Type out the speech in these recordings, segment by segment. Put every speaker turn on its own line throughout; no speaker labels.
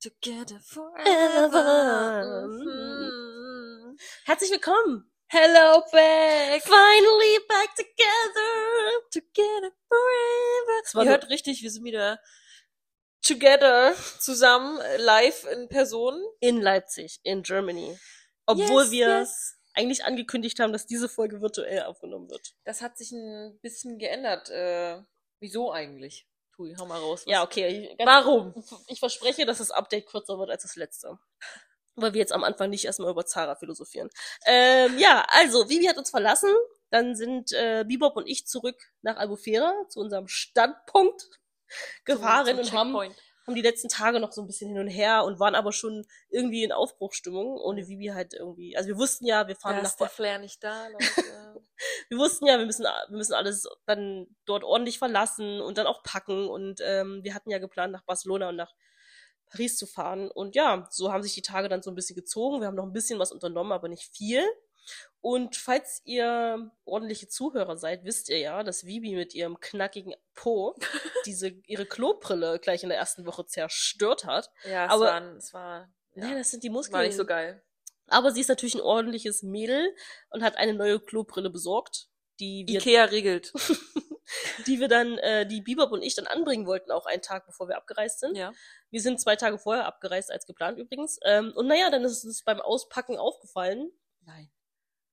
Together
Ever.
forever.
Mhm. Herzlich willkommen.
Hello back.
Finally back together.
Together forever.
Das war
Ihr
so-
hört richtig, wir sind wieder together zusammen äh, live in Person.
In Leipzig, in Germany. Obwohl
Yes,
wir
yes.
eigentlich angekündigt haben, dass diese Folge virtuell aufgenommen wird.
Das hat sich ein bisschen geändert. Äh, wieso eigentlich? Tui, hau mal raus. was-
Ja, okay. Ganz
Warum?
Ich verspreche, dass das Update kürzer wird als das letzte. Weil wir jetzt am Anfang nicht erstmal über Zara philosophieren. Ähm, ja, also, Vivi hat uns verlassen. Dann sind äh, Bebop und ich zurück nach Albufera zu unserem Standpunkt gefahren
Zum-
und
zum
haben,
Checkpoint.
haben die letzten Tage noch so ein bisschen hin und her und waren aber schon irgendwie in Aufbruchstimmung. Ohne Vivi halt irgendwie. Also wir wussten ja, wir fahren
Da
nach
ist der Flair nicht da, Leute.
wir wussten ja, wir müssen, wir müssen alles dann dort ordentlich verlassen und dann auch packen. Und ähm, wir hatten ja geplant, nach Barcelona und nach Paris zu fahren. Und ja, so haben sich die Tage dann so ein bisschen gezogen. Wir haben noch ein bisschen was unternommen, aber nicht viel. Und falls ihr ordentliche Zuhörer seid, wisst ihr ja, dass Vibi mit ihrem knackigen Po diese, ihre Klobrille gleich in der ersten Woche zerstört hat.
ja, es
Aber-
war, ein- es war,
Nee,
ja,
Ne, das sind die Muskeln.
war nicht so geil.
Aber sie ist natürlich ein ordentliches Mädel und hat eine neue Klobrille besorgt, die wir
Ikea regelt.
die wir dann, äh, die Bebop und ich dann anbringen wollten, auch einen Tag bevor wir abgereist sind.
ja.
Wir sind zwei Tage vorher abgereist als geplant übrigens. Ähm, und naja, dann ist uns beim Auspacken aufgefallen,
Nein.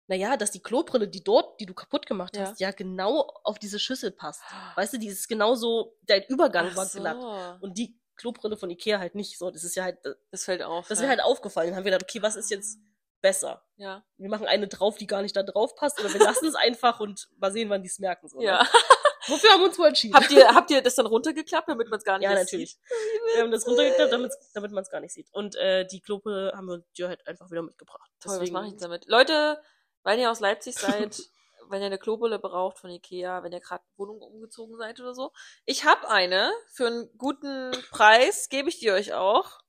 naja, dass die Klobrille, die dort, die du kaputt gemacht
Ja.
hast, ja genau auf diese Schüssel passt. Weißt du, die ist genauso, dein Übergang
Ach
war
so.
glatt. Und die Klobrille von Ikea halt nicht so. Das ist ja halt, das
Das fällt auf.
ist mir halt aufgefallen. Dann haben wir gedacht, okay, was ist jetzt besser?
Ja.
Wir machen eine drauf, die gar nicht da drauf passt, oder wir lassen es einfach und mal sehen, wann die es merken. So, ne?
ja.
Wofür haben wir uns wohl entschieden?
habt, ihr, habt ihr das dann runtergeklappt, damit man es gar nicht
Ja,
erst
natürlich.
sieht?
Wir haben das runtergeklappt, damit, damit man es gar nicht sieht. Und äh, die Klope haben wir dir halt einfach wieder mitgebracht.
Toll, was mache ich jetzt damit? Leute, wenn ihr aus Leipzig seid, wenn ihr eine Klobrille braucht von Ikea, wenn ihr gerade Wohnung umgezogen seid oder so. Ich habe eine für einen guten Preis, gebe ich die euch auch.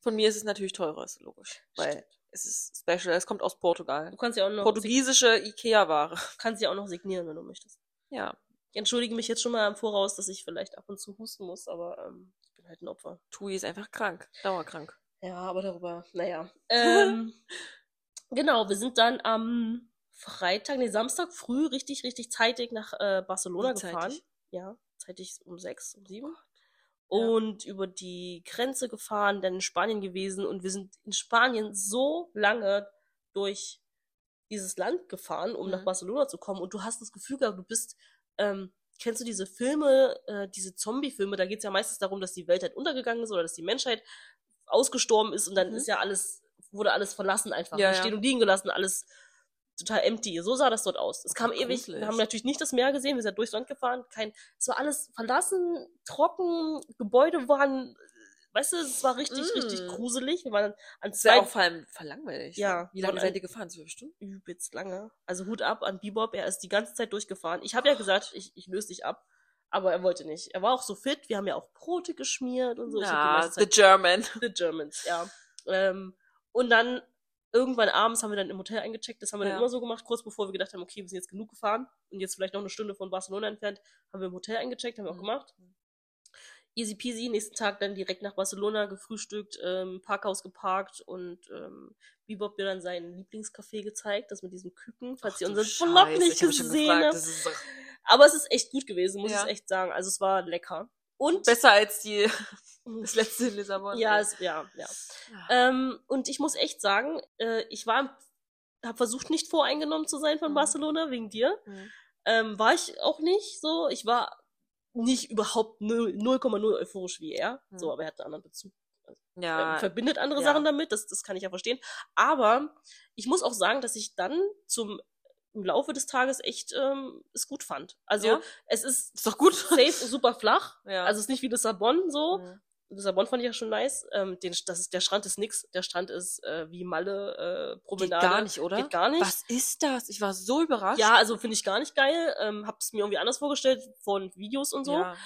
Von mir ist es natürlich teurer, ist logisch. Weil es ist special, es kommt aus Portugal.
Du kannst ja auch noch,
Portugiesische Ikea-Ware.
kannst ja auch noch signieren, wenn du möchtest.
Ja,
Ich entschuldige mich jetzt schon mal im Voraus, dass ich vielleicht ab und zu husten muss, aber ähm, ich bin halt ein Opfer.
Tui ist einfach krank, dauerkrank.
Ja, aber darüber, naja. Ähm, genau, wir sind dann am Freitag, nee, Samstag früh richtig, richtig zeitig nach äh, Barcelona
Wie zeitig? Oh
gefahren. Ja, zeitig um sechs, um sieben.
Ja.
Und über die Grenze gefahren, dann in Spanien gewesen und wir sind in Spanien so lange durch dieses Land gefahren, um
Mhm.
nach Barcelona zu kommen. Und du hast das Gefühl gehabt, du bist, ähm, kennst du diese Filme, äh, diese Zombie-Filme, da geht's ja meistens darum, dass die Welt halt untergegangen ist oder dass die Menschheit ausgestorben ist und dann
Mhm.
ist ja alles, wurde alles verlassen einfach.
Ja,
Ja,
ja.
Stehen und liegen gelassen, alles total empty. So sah das dort aus. Es kam ewig,
Gruselig.
wir haben natürlich nicht das Meer gesehen, wir sind ja durchs Land gefahren, kein, es war alles verlassen, trocken, Gebäude waren, weißt du, es war richtig,
Mm.
richtig gruselig. Wir waren an
Das wäre
zwei
auch vor allem verlangweilig. ne?
Ja.
Wie lange
Von
seid
ein-
ihr gefahren? Zwölf Stunden?
übelst lange. Also Hut ab an Bebop, er ist die ganze Zeit durchgefahren. Ich habe ja gesagt, ich, ich löse dich ab. Aber er wollte nicht. Er war auch so fit. Wir haben ja auch Brote geschmiert und so. Ich hab die
Na,
meiste Zeit
the German.
The Germans, ja. Ähm, und dann irgendwann abends haben wir dann im Hotel eingecheckt. Das haben wir
Ja.
dann immer so gemacht, kurz bevor wir gedacht haben, okay, wir sind jetzt genug gefahren und jetzt vielleicht noch eine Stunde von Barcelona entfernt, haben wir im Hotel eingecheckt, haben wir auch
Mhm.
gemacht. Easy peasy, nächsten Tag dann direkt nach Barcelona gefrühstückt, ähm, Parkhaus geparkt und ähm, Bebop mir dann sein Lieblingscafé gezeigt, das mit diesem Küken, falls ihr
du
unseren
Scheiße,
Vlog nicht
ich hab mich schon
gesehen
gefragt,
ne? habt.
das ist doch
Aber es ist echt gut gewesen, muss
Ja.
ich echt sagen. Also es war lecker. Und
Besser als die, das letzte in Lissabon.
ja, es, ja, ja.
Ah.
Ähm, und ich muss echt sagen, äh, ich war, habe versucht, nicht voreingenommen zu sein von
Mhm.
Barcelona wegen dir.
Mhm.
Ähm, war ich auch nicht so. Ich war nicht überhaupt null- 0,0 euphorisch wie er.
Mhm.
So, aber er hat einen anderen Bezug. Ähm,
ja,
verbindet andere
ja.
Sachen damit, das, das kann ich ja verstehen. Aber ich muss auch sagen, dass ich dann zum im Laufe des Tages echt ähm, es gut fand. Also
Ja?
es ist
ne? ist doch gut.
safe super flach.
Ja.
Also es ist nicht wie Lissabon so.
Mhm.
Lissabon fand ich ja schon nice. Ähm, den, das ist, der Strand ist nix. Der Strand ist äh, wie Malle äh,
Geht
Promenade.
gar nicht, oder?
Geht gar nicht.
Was ist das? Ich war so überrascht.
Ja, also finde ich gar nicht geil. Ähm, hab's mir irgendwie anders vorgestellt von Videos und so.
Ja.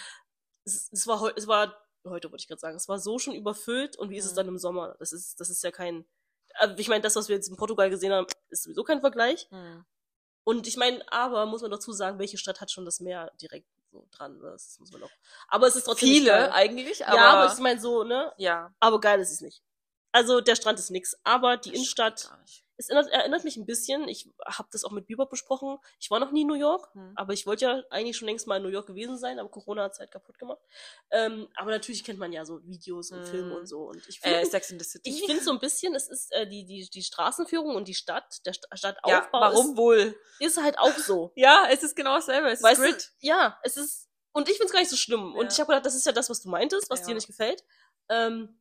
Es, es war heu- es war heute wollte ich gerade sagen, es war so schon überfüllt und wie ist es
Mhm.
dann im Sommer? Das ist das ist ja kein äh, ich meine, das, was wir jetzt in Portugal gesehen haben, ist sowieso kein Vergleich.
Mhm.
Und ich meine, aber muss man dazu sagen, welche Stadt hat schon das Meer direkt? so dran. Ne? Das muss man doch. Aber es ist trotzdem nicht
Mhm. Viele
geil.
eigentlich, aber
ja, aber ich meine so, ne?
ja.
Aber geil ist es nicht. Also der Strand ist nix. Aber die Innenstadt,
Gar nicht.
es erinnert, erinnert mich ein bisschen. Ich habe das auch mit Bieber besprochen. Ich war noch nie in New York,
Hm.
aber ich wollte ja eigentlich schon längst mal in New York gewesen sein, aber Corona hat Zeit kaputt gemacht. Ähm, aber natürlich kennt man ja so Videos und
Mhm.
Filme und so. Und ich finde,
Äh, Sex in the City.
ich finde so ein bisschen, es ist äh, die, die, die Straßenführung und die Stadt, der Sta-
ja,
Stadtaufbau
warum wohl?
Ist, ist halt auch so.
Ja, es ist genau dasselbe. Es
Weißt
ist Grid.
du, ja, es ist. Und ich find's gar nicht so schlimm. Und
Ja.
ich habe gedacht, das ist ja das, was du meintest, was
Ja.
dir nicht gefällt. Ähm,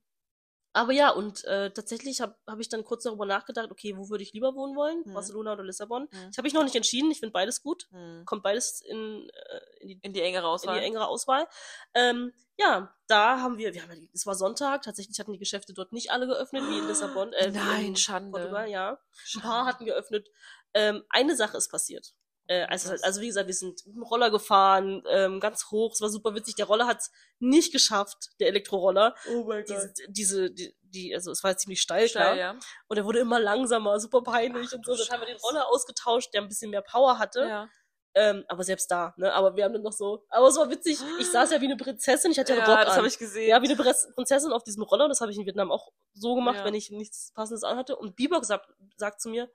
aber ja, und äh, tatsächlich habe hab ich dann kurz darüber nachgedacht, okay, wo würde ich lieber wohnen wollen?
Mhm.
Barcelona oder Lissabon?
Mhm.
Ich habe mich noch nicht entschieden, ich find beides gut.
Hm.
Kommt beides in, äh, in, die,
In die engere
in die
Auswahl.
engere Auswahl. Ähm, ja, da haben wir, wir haben, es war Sonntag, tatsächlich hatten die Geschäfte dort nicht alle geöffnet, wie in Lissabon. Äh, wie
Nein,
in
Schande.
Portugal, ja. Ein
Schande.
paar hatten geöffnet. Ähm, eine Sache ist passiert. Äh, also,
Was?
also wie gesagt, wir sind mit dem Roller gefahren, ähm, ganz hoch. Es war super witzig. Der Roller hat es nicht geschafft, der Elektroroller.
Oh mein
Diese, diese, die, die, also es war ziemlich steil,
Steil,
klar.
ja.
Und er wurde immer langsamer, super peinlich
Ach,
und so.
du
Dann haben wir den
Scheiße.
Roller ausgetauscht, der ein bisschen mehr Power hatte.
ja.
Ähm, aber selbst da, ne? Aber wir haben dann noch so. Aber es war witzig. Ich saß ja wie eine Prinzessin. Ich hatte ja, einen Rock
das
an.
habe ich gesehen.
Ja, wie eine Prinz- Prinzessin auf diesem Roller. Und das habe ich in Vietnam auch so gemacht,
Ja.
wenn ich nichts Passendes anhatte. Und Bieber sagt, sagt zu mir,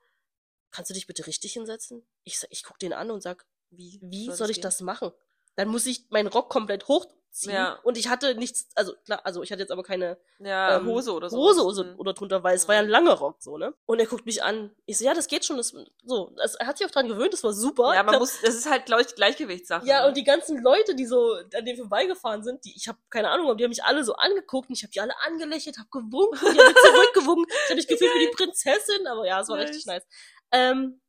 kannst du dich bitte richtig hinsetzen? Ich, sa- ich guck den an und sag,
wie,
wie soll, ich das machen? Dann muss ich meinen Rock komplett hochziehen.
Ja.
Und ich hatte nichts, also klar, also ich hatte jetzt aber keine
gehen? Ja,
ähm,
Hose oder so.
Hose oder, so,
Hm.
oder drunter, weil es
Mhm.
war ja ein langer Rock, so, ne? Und er guckt mich an. Ich so, ja, das geht schon, das, so. Also, er hat sich auch dran gewöhnt, das war super.
Ja,
Ich
man
glaub,
muss, das ist halt, glaube ich, Gleichgewichtssache.
ja,
ne?
und die ganzen Leute, die so an dem vorbeigefahren sind, die, ich habe keine Ahnung, aber die haben mich alle so angeguckt und ich habe die alle angelächelt, habe gewunken, die haben zurückgewunken. Ich habe mich gefühlt wie die Prinzessin, aber ja, es war richtig nice. Ähm,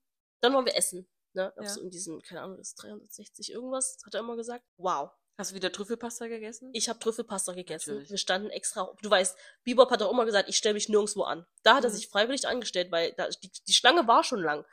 dann waren wir essen. Ne?
Ja.
So in diesem, keine Ahnung, das 360 irgendwas, hat er immer gesagt. Wow.
Hast du wieder Trüffelpasta gegessen?
Ich habe Trüffelpasta gegessen.
Natürlich.
Wir standen extra. Du weißt, Bebop hat auch immer gesagt, ich stelle mich nirgendwo an. Da hat er
Mhm.
sich freiwillig angestellt, weil da, die, die Schlange war schon lang.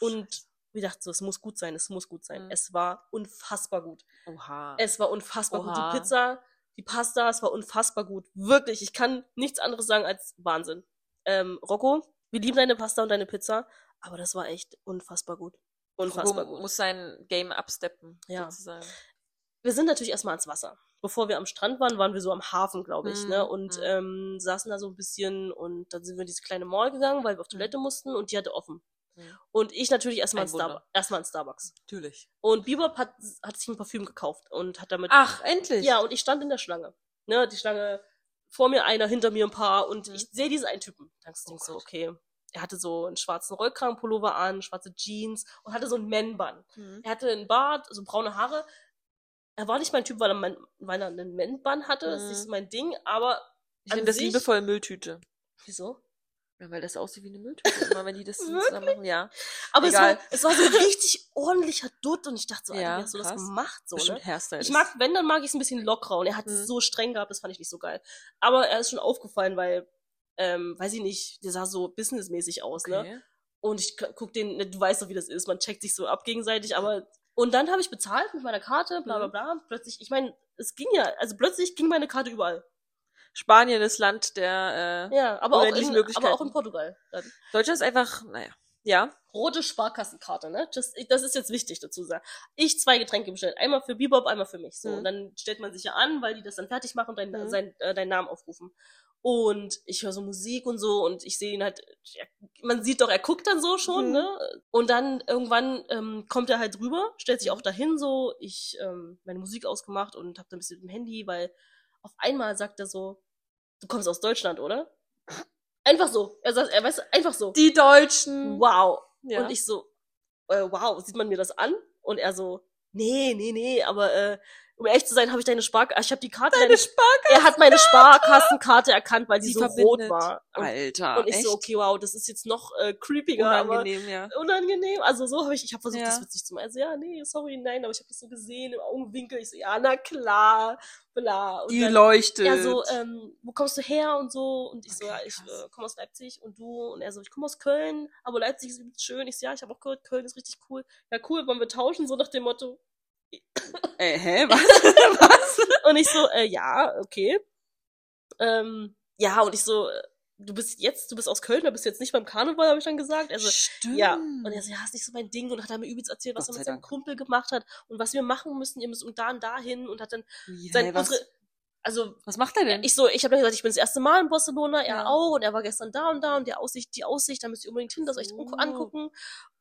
Und wir dachten so, es muss gut sein, es muss gut sein.
Mhm.
Es war unfassbar gut.
Oha.
Es war unfassbar
Oha.
gut. Die Pizza, die Pasta, es war unfassbar gut. Wirklich, ich kann nichts anderes sagen als Wahnsinn. Ähm, Rocco, wir lieben deine Pasta und deine Pizza, aber das war echt unfassbar gut. Unfassbar
Hugo
gut.
muss sein Game absteppen,
Ja.
sozusagen.
Wir sind natürlich erstmal ans Wasser. Bevor wir am Strand waren, waren wir so am Hafen, glaube ich,
Mhm,
ne? Und
mhm.
ähm, saßen da so ein bisschen und dann sind wir in diese kleine Mall gegangen, weil wir auf Toilette mussten und die hatte offen.
Mhm.
Und ich natürlich erstmal
Ein
in
Wunder.
Starbucks. Erstmal in Starbucks.
Natürlich.
Und Bebop hat, hat sich ein Parfüm gekauft und hat damit
Ach, endlich.
Ja, und ich stand in der Schlange. Ne, die Schlange vor mir einer, hinter mir ein paar und
Mhm.
ich sehe diesen einen Typen. Dann denkst du
Oh
so,
Gott.
okay. Er hatte so einen schwarzen Rollkragenpullover an, schwarze Jeans und hatte so einen Man-Bun.
Hm.
Er hatte einen Bart, so braune Haare. Er war nicht mein Typ, weil er, mein, weil er einen Man-Bun hatte. Das ist
Mhm.
nicht so mein Ding, aber
Ich
an
nehme das
sich-
liebevoll Mülltüte.
wieso?
Ja, weil das aussieht wie eine Mülltüte, immer wenn die das
Wirklich?
zusammen machen. Ja.
Aber es
Egal.
war, es war so ein richtig ordentlicher Dutt und ich dachte so, Alter,
Ja,
wie hast du das
krass.
gemacht? So, ne?
Bestimmt Hairstyle.
Ich mag, wenn, dann mag ich es ein bisschen lockerer und er hat
Mhm.
es so streng gehabt, das fand ich nicht so geil. Aber er ist schon aufgefallen, weil, ähm, weiß ich nicht, der sah so businessmäßig aus, ne?
okay.
Und ich gu- guck den, ne, du weißt doch, wie das ist, man checkt sich so ab gegenseitig, aber. Und dann habe ich bezahlt mit meiner Karte, bla bla
Mhm.
bla. Plötzlich, ich meine, es ging ja, also plötzlich ging meine Karte überall.
Spanien ist Land der. Äh,
Ja, aber, auch
Unendlich
in,
Möglichkeiten.
aber auch in Portugal. Dann.
Deutschland ist einfach, naja. Ja.
Rote Sparkassenkarte, ne? Das, das ist jetzt wichtig dazu zu sagen. Ich zwei Getränke bestellt. Einmal für Bebop, einmal für mich. So,
Mhm.
und dann stellt man sich ja an, weil die das dann fertig machen und dein,
Mhm.
sein, äh, deinen Namen aufrufen. Und ich höre so Musik und so und ich sehe ihn halt, er, man sieht doch, er guckt dann so schon,
Mhm.
ne? Und dann irgendwann ähm, kommt er halt rüber, stellt
Mhm.
sich auch dahin so. Ich ähm, meine Musik ausgemacht und hab da ein bisschen mit dem Handy, weil auf einmal sagt er so, du kommst aus Deutschland, oder? Einfach so. Er sagt, er weiß einfach so.
Die Deutschen.
Wow.
Ja.
Und ich so, äh, wow, sieht man mir das an? Und er so, nee, nee, nee, aber äh, um ehrlich zu sein, habe ich deine Spark, ich habe die Karte, deine
Deine Sparkasse.
er hat meine Sparkassenkarte erkannt, weil sie,
Die
so
verbindet.
rot war. Und,
Alter.
und ich
echt?
so, okay, wow, das ist jetzt noch äh, creepiger,
Unangenehm, ja.
aber unangenehm. Also so habe ich, ich habe versucht,
Ja.
das witzig zu machen. Also ja, nee, sorry, nein, aber ich habe das so gesehen im Augenwinkel. Ich so, ja, na klar, bla. Und
Die
dann-
leuchtet.
ja, so, ähm, wo kommst du her und so? Und ich so,
Okay,
ja, ich
krass.
äh, komme aus Leipzig und du? Und er so, ich komme aus Köln, aber Leipzig ist übelst schön. Ich so, ja, ich habe auch gehört, Köln ist richtig cool. Ja, cool, wollen wir tauschen, so nach dem Motto.
Äh, hä? Was? Was?
Und ich so, äh, ja, okay. Ähm, ja, und ich so, äh, du bist jetzt, du bist aus Köln, da bist du jetzt nicht beim Karneval, habe ich dann gesagt. Also,
Stimmt.
ja. Und er so, ja, ist nicht so mein Ding und hat dann mir übelst erzählt, was
Gott
er
sei
mit seinem
Dank.
Kumpel gemacht hat und was wir machen müssen, ihr müsst und da und da hin und hat dann
Ja,
sein,
ey, Oh was,
unsere, also,
was macht er denn?
ich so, ich habe dann gesagt, ich bin das erste Mal in Barcelona, er
Ja.
auch und er war gestern da und da und die Aussicht, die Aussicht, da müsst ihr unbedingt hin, das euch
So.
angucken.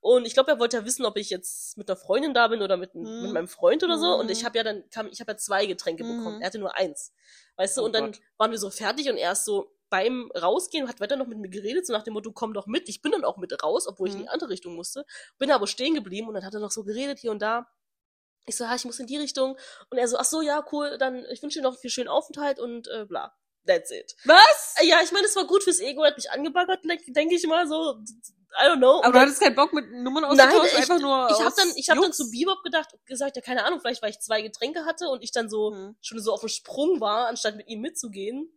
Und ich glaube, er wollte ja wissen, ob ich jetzt mit einer Freundin da bin oder mit,
Hm.
mit meinem Freund oder so.
Hm.
Und ich habe ja dann, kam, ich habe ja zwei Getränke
Hm.
bekommen. Er hatte nur eins. Weißt du,
Oh
und dann
Gott.
waren wir so fertig und er ist so beim Rausgehen, hat weiter noch mit mir geredet, so nach dem Motto, komm doch mit. Ich bin dann auch mit raus, obwohl ich in die
Hm.
andere Richtung musste. Bin aber stehen geblieben und dann hat er noch so geredet hier und da. Ich so, ja, ich muss in die Richtung. Und er so, ach so, ja, cool, dann ich wünsche dir noch viel schönen Aufenthalt und äh, bla. That's it.
was?
Äh, Ja, ich meine, es war gut fürs Ego, hat mich angebaggert, denke ich mal so. I don't
Aber
know. Und
du
dann-
hattest keinen Bock mit Nummern
Nein,
auszutauschen,
ich-
einfach nur
ich habe
aus
dann, ich hab dann
Jux?
zu Bebop gedacht, gesagt, ja, keine Ahnung, vielleicht weil ich zwei Getränke hatte und ich dann so
Hm.
schon so auf dem Sprung war, anstatt mit ihm mitzugehen,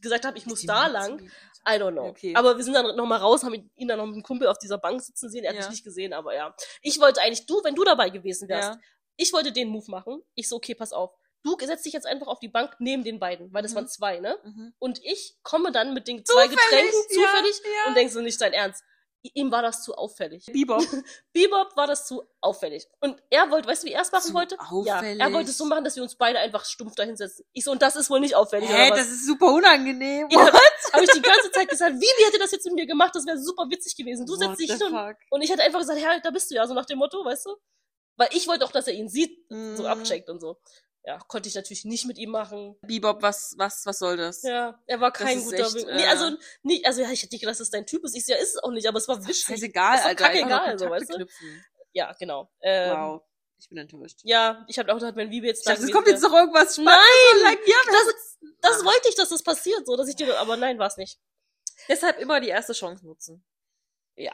gesagt habe, ich muss
Die
da
Mats-
lang. I don't know.
Okay.
Aber wir sind dann nochmal raus, haben ihn dann noch mit dem Kumpel auf dieser Bank sitzen sehen. Er hat
Ja.
mich nicht gesehen, aber ja. Ich wollte eigentlich, du, wenn du dabei gewesen wärst,
Ja.
ich wollte den Move machen. Ich so, okay, pass auf. Du setzt dich jetzt einfach auf die Bank neben den beiden, weil das
Mhm.
waren zwei, ne?
Mhm.
Und ich komme dann mit den zwei Getränken
ja,
zufällig
ja.
und denk so, nicht dein Ernst. I- Ihm war das zu auffällig.
Bebop.
Bebop war das zu auffällig. Und er wollte, weißt du, wie er es machen
Zu
wollte?
auffällig.
Ja, er wollte es so machen, dass wir uns beide einfach stumpf dahinsetzen. Ich so, und das ist wohl nicht auffällig.
Hä,
oder was?
das ist super unangenehm.
Ja, Habe ich die ganze Zeit gesagt, Vivi hätte das jetzt mit mir gemacht, das wäre super witzig gewesen. Du setzt
What
dich
the
hin und,
fuck?
und ich hätte einfach gesagt, Herr, da bist du ja, so nach dem Motto, weißt du? Weil ich wollte auch, dass er ihn sieht, so
Mm.
abcheckt und so. Ja, konnte ich natürlich nicht mit ihm machen.
Bebop, was, was, was soll das?
Ja, er war kein
ist
guter
echt,
Wing-
äh,
Nee, also, nicht, also ja, ich hätte nicht gedacht, dass das dein Typ ist. Ich so, ja, ist es auch nicht, aber es war witzig.
Scheißegal,
Ist doch
Alter.
kackegal,
einfach nur
so,
Kontakte
weißt du?
knüpfen.
Ja, genau. Ähm,
Wow. Ich bin enttäuscht.
Ja, ich habe auch gedacht, wenn Vivi jetzt
Ich dachte, es
gewesen
kommt jetzt
wäre-
noch irgendwas Spannendes.
Nein!
Like, ja, wir haben-
Das, das wollte ich, dass das passiert, so, dass ich dir, aber nein, war es nicht.
Deshalb immer die erste Chance nutzen.
Ja.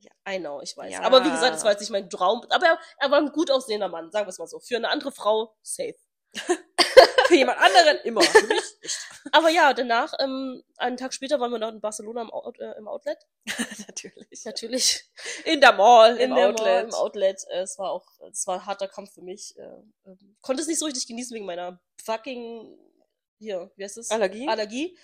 Ja, I know, ich weiß.
Ja.
Aber wie gesagt, das war jetzt nicht mein Traum. Aber er, er war ein gut aussehender Mann, sagen wir es mal so. Für eine andere Frau, safe.
Für jemand anderen immer. Für mich nicht.
Aber ja, danach, ähm, einen Tag später waren wir noch in Barcelona im, Out, äh, im Outlet.
Natürlich.
Natürlich.
In der Mall,
In
im
der
Outlet.
Mall, im Outlet. Äh, Es war auch, es war ein harter Kampf für mich. Äh, ähm, Konnte es nicht so richtig genießen wegen meiner fucking, hier, wie heißt es?
Allergie?
Allergie.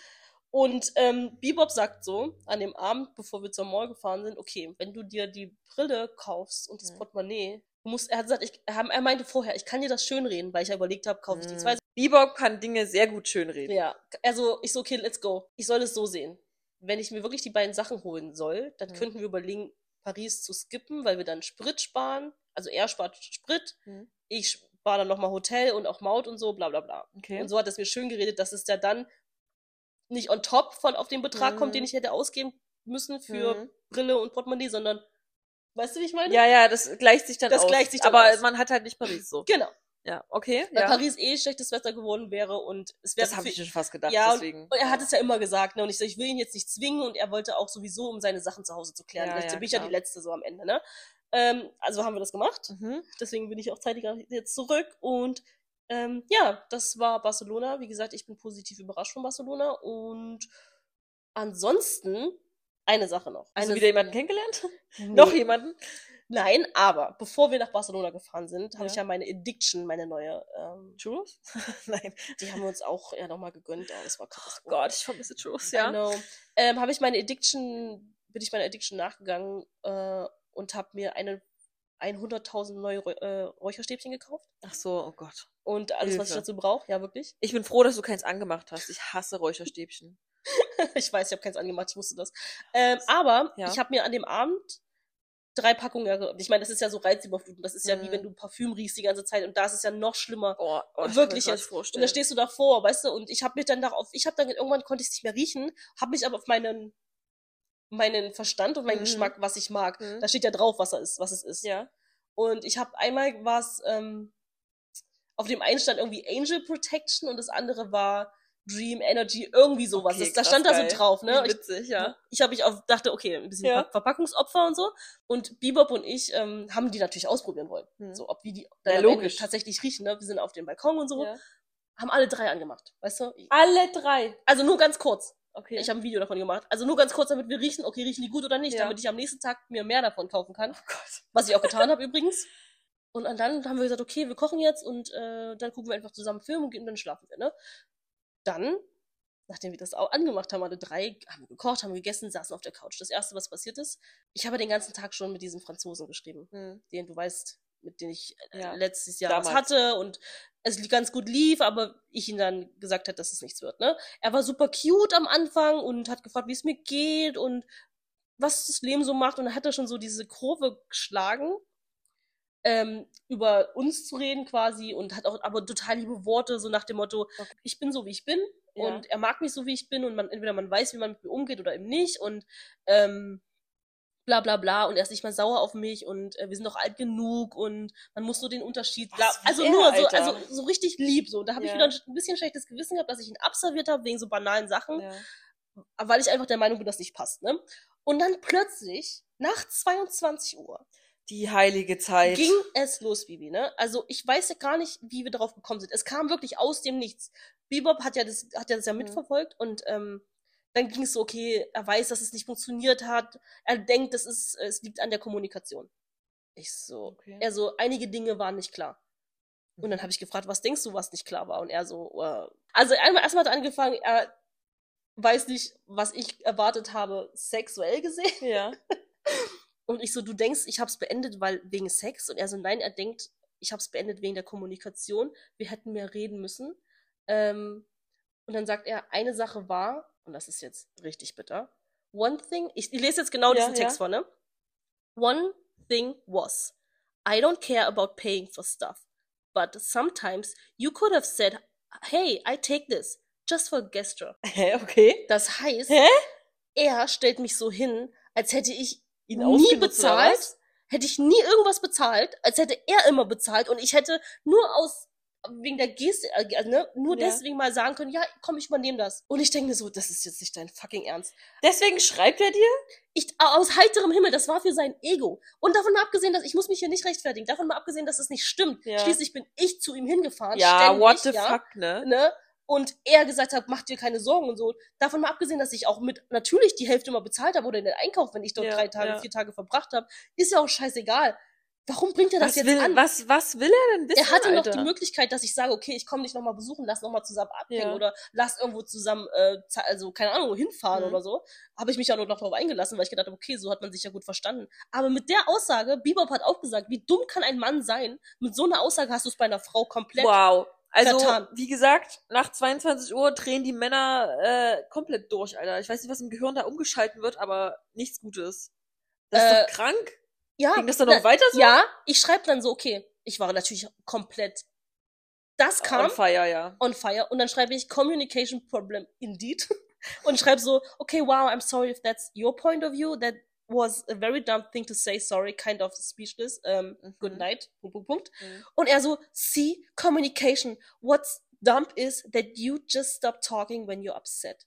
Und ähm, Bebop sagt so, an dem Abend, bevor wir zur Mall gefahren sind, okay, wenn du dir die Brille kaufst und das
Mhm.
Portemonnaie, du musst, er hat gesagt, ich, er, er meinte vorher, ich kann dir das schönreden, weil ich ja überlegt habe, kaufe ich die
Mhm.
zwei.
Bebop kann Dinge sehr gut schönreden.
Ja, also ich so, okay, let's go. Ich soll es so sehen. Wenn ich mir wirklich die beiden Sachen holen soll, dann
Mhm.
könnten wir überlegen, Paris zu skippen, weil wir dann Sprit sparen. Also er spart Sprit,
Mhm.
ich spare dann nochmal Hotel und auch Maut und so, bla bla bla.
Okay.
Und so hat es mir schön geredet, dass es ja dann nicht on top von auf den Betrag kommt, den
Mhm.
ich hätte ausgeben müssen für
Mhm.
Brille und Portemonnaie, sondern weißt du, wie ich meine?
Ja, ja, das gleicht sich dann
Das
aus.
gleicht sich dann
Aber
aus.
man hat halt nicht Paris so.
Genau.
Ja, okay.
Weil
ja.
Paris eh schlechtes Wetter geworden wäre und es wäre
das habe
für-
ich schon fast gedacht,
Ja,
deswegen.
Und oh er hat es ja immer gesagt, ne? Und ich so, ich will ihn jetzt nicht zwingen und er wollte auch sowieso, um seine Sachen zu Hause zu klären.
Ja,
Vielleicht
ja,
bin ich ja
klar.
die Letzte so am Ende, ne? Ähm, also haben wir das gemacht.
Mhm.
Deswegen bin ich auch zeitiger jetzt zurück und ähm, ja, das war Barcelona. Wie gesagt, ich bin positiv überrascht von Barcelona und ansonsten eine Sache noch.
Also
eine
wieder jemanden kennengelernt?
Nee.
Noch jemanden?
Nein, aber bevor wir nach Barcelona gefahren sind, habe
Ja.
ich ja meine Addiction, meine neue, ähm,
Churros? Nein.
die haben wir uns auch ja nochmal gegönnt. Oh, das war krass.
Oh Gott, ich vermisse Churros,
ja.
ja.
Ähm, habe ich meine Addiction, bin ich meiner Addiction nachgegangen äh, und habe mir eine 100.000 neue Räu- äh, Räucherstäbchen gekauft
Ach so, oh Gott.
und alles, was ich
Hilfe.
dazu brauche. Ja, wirklich.
Ich bin froh, dass du keins angemacht hast. Ich hasse Räucherstäbchen.
ich weiß, ich habe keins angemacht, ich wusste das. Ähm, aber
Ja.
ich habe mir an dem Abend drei Packungen, ge- ich meine, das ist ja so reizüberflutend, das ist ja wie
Mhm.
wenn du Parfüm riechst die ganze Zeit und da ist es ja noch schlimmer.
Oh, oh ich
Wirklich
kann mir das
jetzt.
gar nicht
Und da
vorstellen.
stehst du davor, weißt du, und ich habe mich dann darauf, ich habe dann irgendwann konnte ich es nicht mehr riechen, habe mich aber auf meinen meinen Verstand und meinen
Mhm.
Geschmack, was ich mag,
Mhm.
da steht ja drauf, was er ist, was es ist.
Ja.
Und ich habe einmal war es ähm, auf dem einen stand irgendwie Angel Protection und das andere war Dream Energy, irgendwie sowas.
Okay,
das, da
krass
stand da
geil.
so drauf, ne?
Wie
Ich,
Witzig, ja.
ich habe mich auf, dachte, okay, ein bisschen
Ja.
Ver Verpackungsopfer und so. Und Bebop und ich ähm, haben die natürlich ausprobieren wollen.
Hm.
So, ob wie die
Ja,
am Ende
logisch.
tatsächlich riechen, ne? Wir sind auf dem Balkon und so.
ja.
Haben alle drei angemacht, weißt du?
Alle drei.
Also nur ganz kurz.
Okay.
Ich habe ein Video davon gemacht. Also nur ganz kurz, damit wir riechen, okay, riechen die gut oder nicht,
Ja.
damit ich am nächsten Tag mir mehr davon kaufen kann.
Oh Gott.
Was ich auch getan habe übrigens. Und dann haben wir gesagt, okay, wir kochen jetzt und äh, dann gucken wir einfach zusammen Film und gehen- dann schlafen wir, ne? Dann nachdem wir das auch angemacht haben, alle drei haben gekocht, haben gegessen, saßen auf der Couch. Das erste, was passiert ist, ich habe den ganzen Tag schon mit diesem Franzosen geschrieben,
Hm.
den du weißt, mit dem ich äh,
Ja.
letztes Jahr was
Damals.
hatte und es li- ganz gut lief, aber ich ihm dann gesagt hat, dass es nichts wird. Ne? Er war super cute am Anfang und hat gefragt, wie es mir geht und was das Leben so macht und dann hat er schon so diese Kurve geschlagen ähm, über uns zu reden quasi und hat auch aber total liebe Worte, so nach dem Motto,
Okay.
ich bin so wie ich bin
Ja.
und er mag mich so wie ich bin und man entweder man weiß, wie man mit mir umgeht oder eben nicht und ähm, bla bla bla und er ist nicht mal sauer auf mich und äh, wir sind doch alt genug und man muss nur den Unterschied bla,
Was, wie
also
er,
nur so,
Alter?
also so richtig lieb so. Und da habe ich
Ja.
wieder ein, ein bisschen schlechtes Gewissen gehabt, dass ich ihn abserviert habe wegen so banalen Sachen
Ja.
aber weil ich einfach der Meinung bin, dass nicht passt, ne? Und dann plötzlich, nach 22 Uhr,
Die heilige Zeit.
ging es los, Bibi, ne? Also, ich weiß ja gar nicht, wie wir darauf gekommen sind. Es kam wirklich aus dem Nichts. Bebop hat ja das, hat ja das
Mhm.
ja mitverfolgt und, ähm, dann ging es so, okay, er weiß, dass es nicht funktioniert hat. Er denkt, das ist, es liegt an der Kommunikation. Ich so.
Okay. Mhm.
Er so, einige Dinge waren nicht klar. Und dann habe ich gefragt, was denkst du, was nicht klar war? Und er so, äh, also einmal erstmal hat er angefangen, er weiß nicht, was ich erwartet habe, sexuell gesehen.
ja.
Und ich so, du denkst, ich habe es beendet, weil wegen Sex. Und er so, nein, er denkt, ich habe es beendet wegen der Kommunikation. Wir hätten mehr reden müssen. Ähm, und dann sagt er, eine Sache war, und das ist jetzt richtig bitter. One thing, ich, ich lese jetzt genau
Ja,
diesen Text
ja.
vor, ne? One thing was, I don't care about paying for stuff, but sometimes you could have said, hey, I take this, just for gesture.
Hä, okay.
Das heißt,
Hä?
er stellt mich so hin, als hätte ich
Ihn
nie
ausgenutzt, oder
bezahlt,
was?
hätte ich nie irgendwas bezahlt, als hätte er immer bezahlt und ich hätte nur aus wegen der Geste, äh, also, ne, nur
Ja.
deswegen mal sagen können, ja, komm, ich übernehme das. Und ich denke mir so, das ist jetzt nicht dein fucking Ernst.
Deswegen schreibt er dir?
Ich aus heiterem Himmel, das war für sein Ego. Und davon mal abgesehen, dass ich muss mich hier nicht rechtfertigen, davon mal abgesehen, dass es nicht stimmt.
Ja.
Schließlich bin ich zu ihm hingefahren.
Ja,
ständig,
what the
ja
fuck, ne?
ne? Und er gesagt hat, mach dir keine Sorgen und so. Davon mal abgesehen, dass ich auch mit natürlich die Hälfte mal bezahlt habe oder in den Einkauf, wenn ich dort
Ja,
drei Tage,
ja.
vier Tage verbracht habe, ist ja auch scheißegal. Warum bringt er das
was,
jetzt
will,
an?
was, was will er denn wissen?
er hatte noch
Alter?
die Möglichkeit, dass ich sage, okay, ich komme dich nochmal besuchen, lass nochmal zusammen abhängen
Ja.
oder lass irgendwo zusammen, äh, ze- also keine Ahnung, hinfahren
Mhm.
oder so. Habe ich mich ja nur noch darauf eingelassen, weil ich gedacht habe, okay, so hat man sich ja gut verstanden. Aber mit der Aussage, Bebop hat auch gesagt, wie dumm kann ein Mann sein? Mit so einer Aussage hast du es bei einer Frau komplett.
Wow. Also,
vertan.
wie gesagt, nach 22 Uhr drehen die Männer äh, komplett durch, Alter. Ich weiß nicht, was im Gehirn da umgeschalten wird, aber nichts Gutes. Das ist
Äh,
doch krank.
Ja,
Ging das dann noch weiter so?
Ja, ich schreibe dann so, okay, ich war natürlich komplett. Das kam
On fire, ja.
on fire und dann schreibe ich Communication Problem indeed und schreibe so, okay, wow, I'm sorry if that's your point of view, that was a very dumb thing to say, sorry, kind of speechless, um,
Mhm.
good night, Punkt, Punkt, Punkt.
Mhm.
Und er so, see, communication, what's dumb is that you just stop talking when you're upset.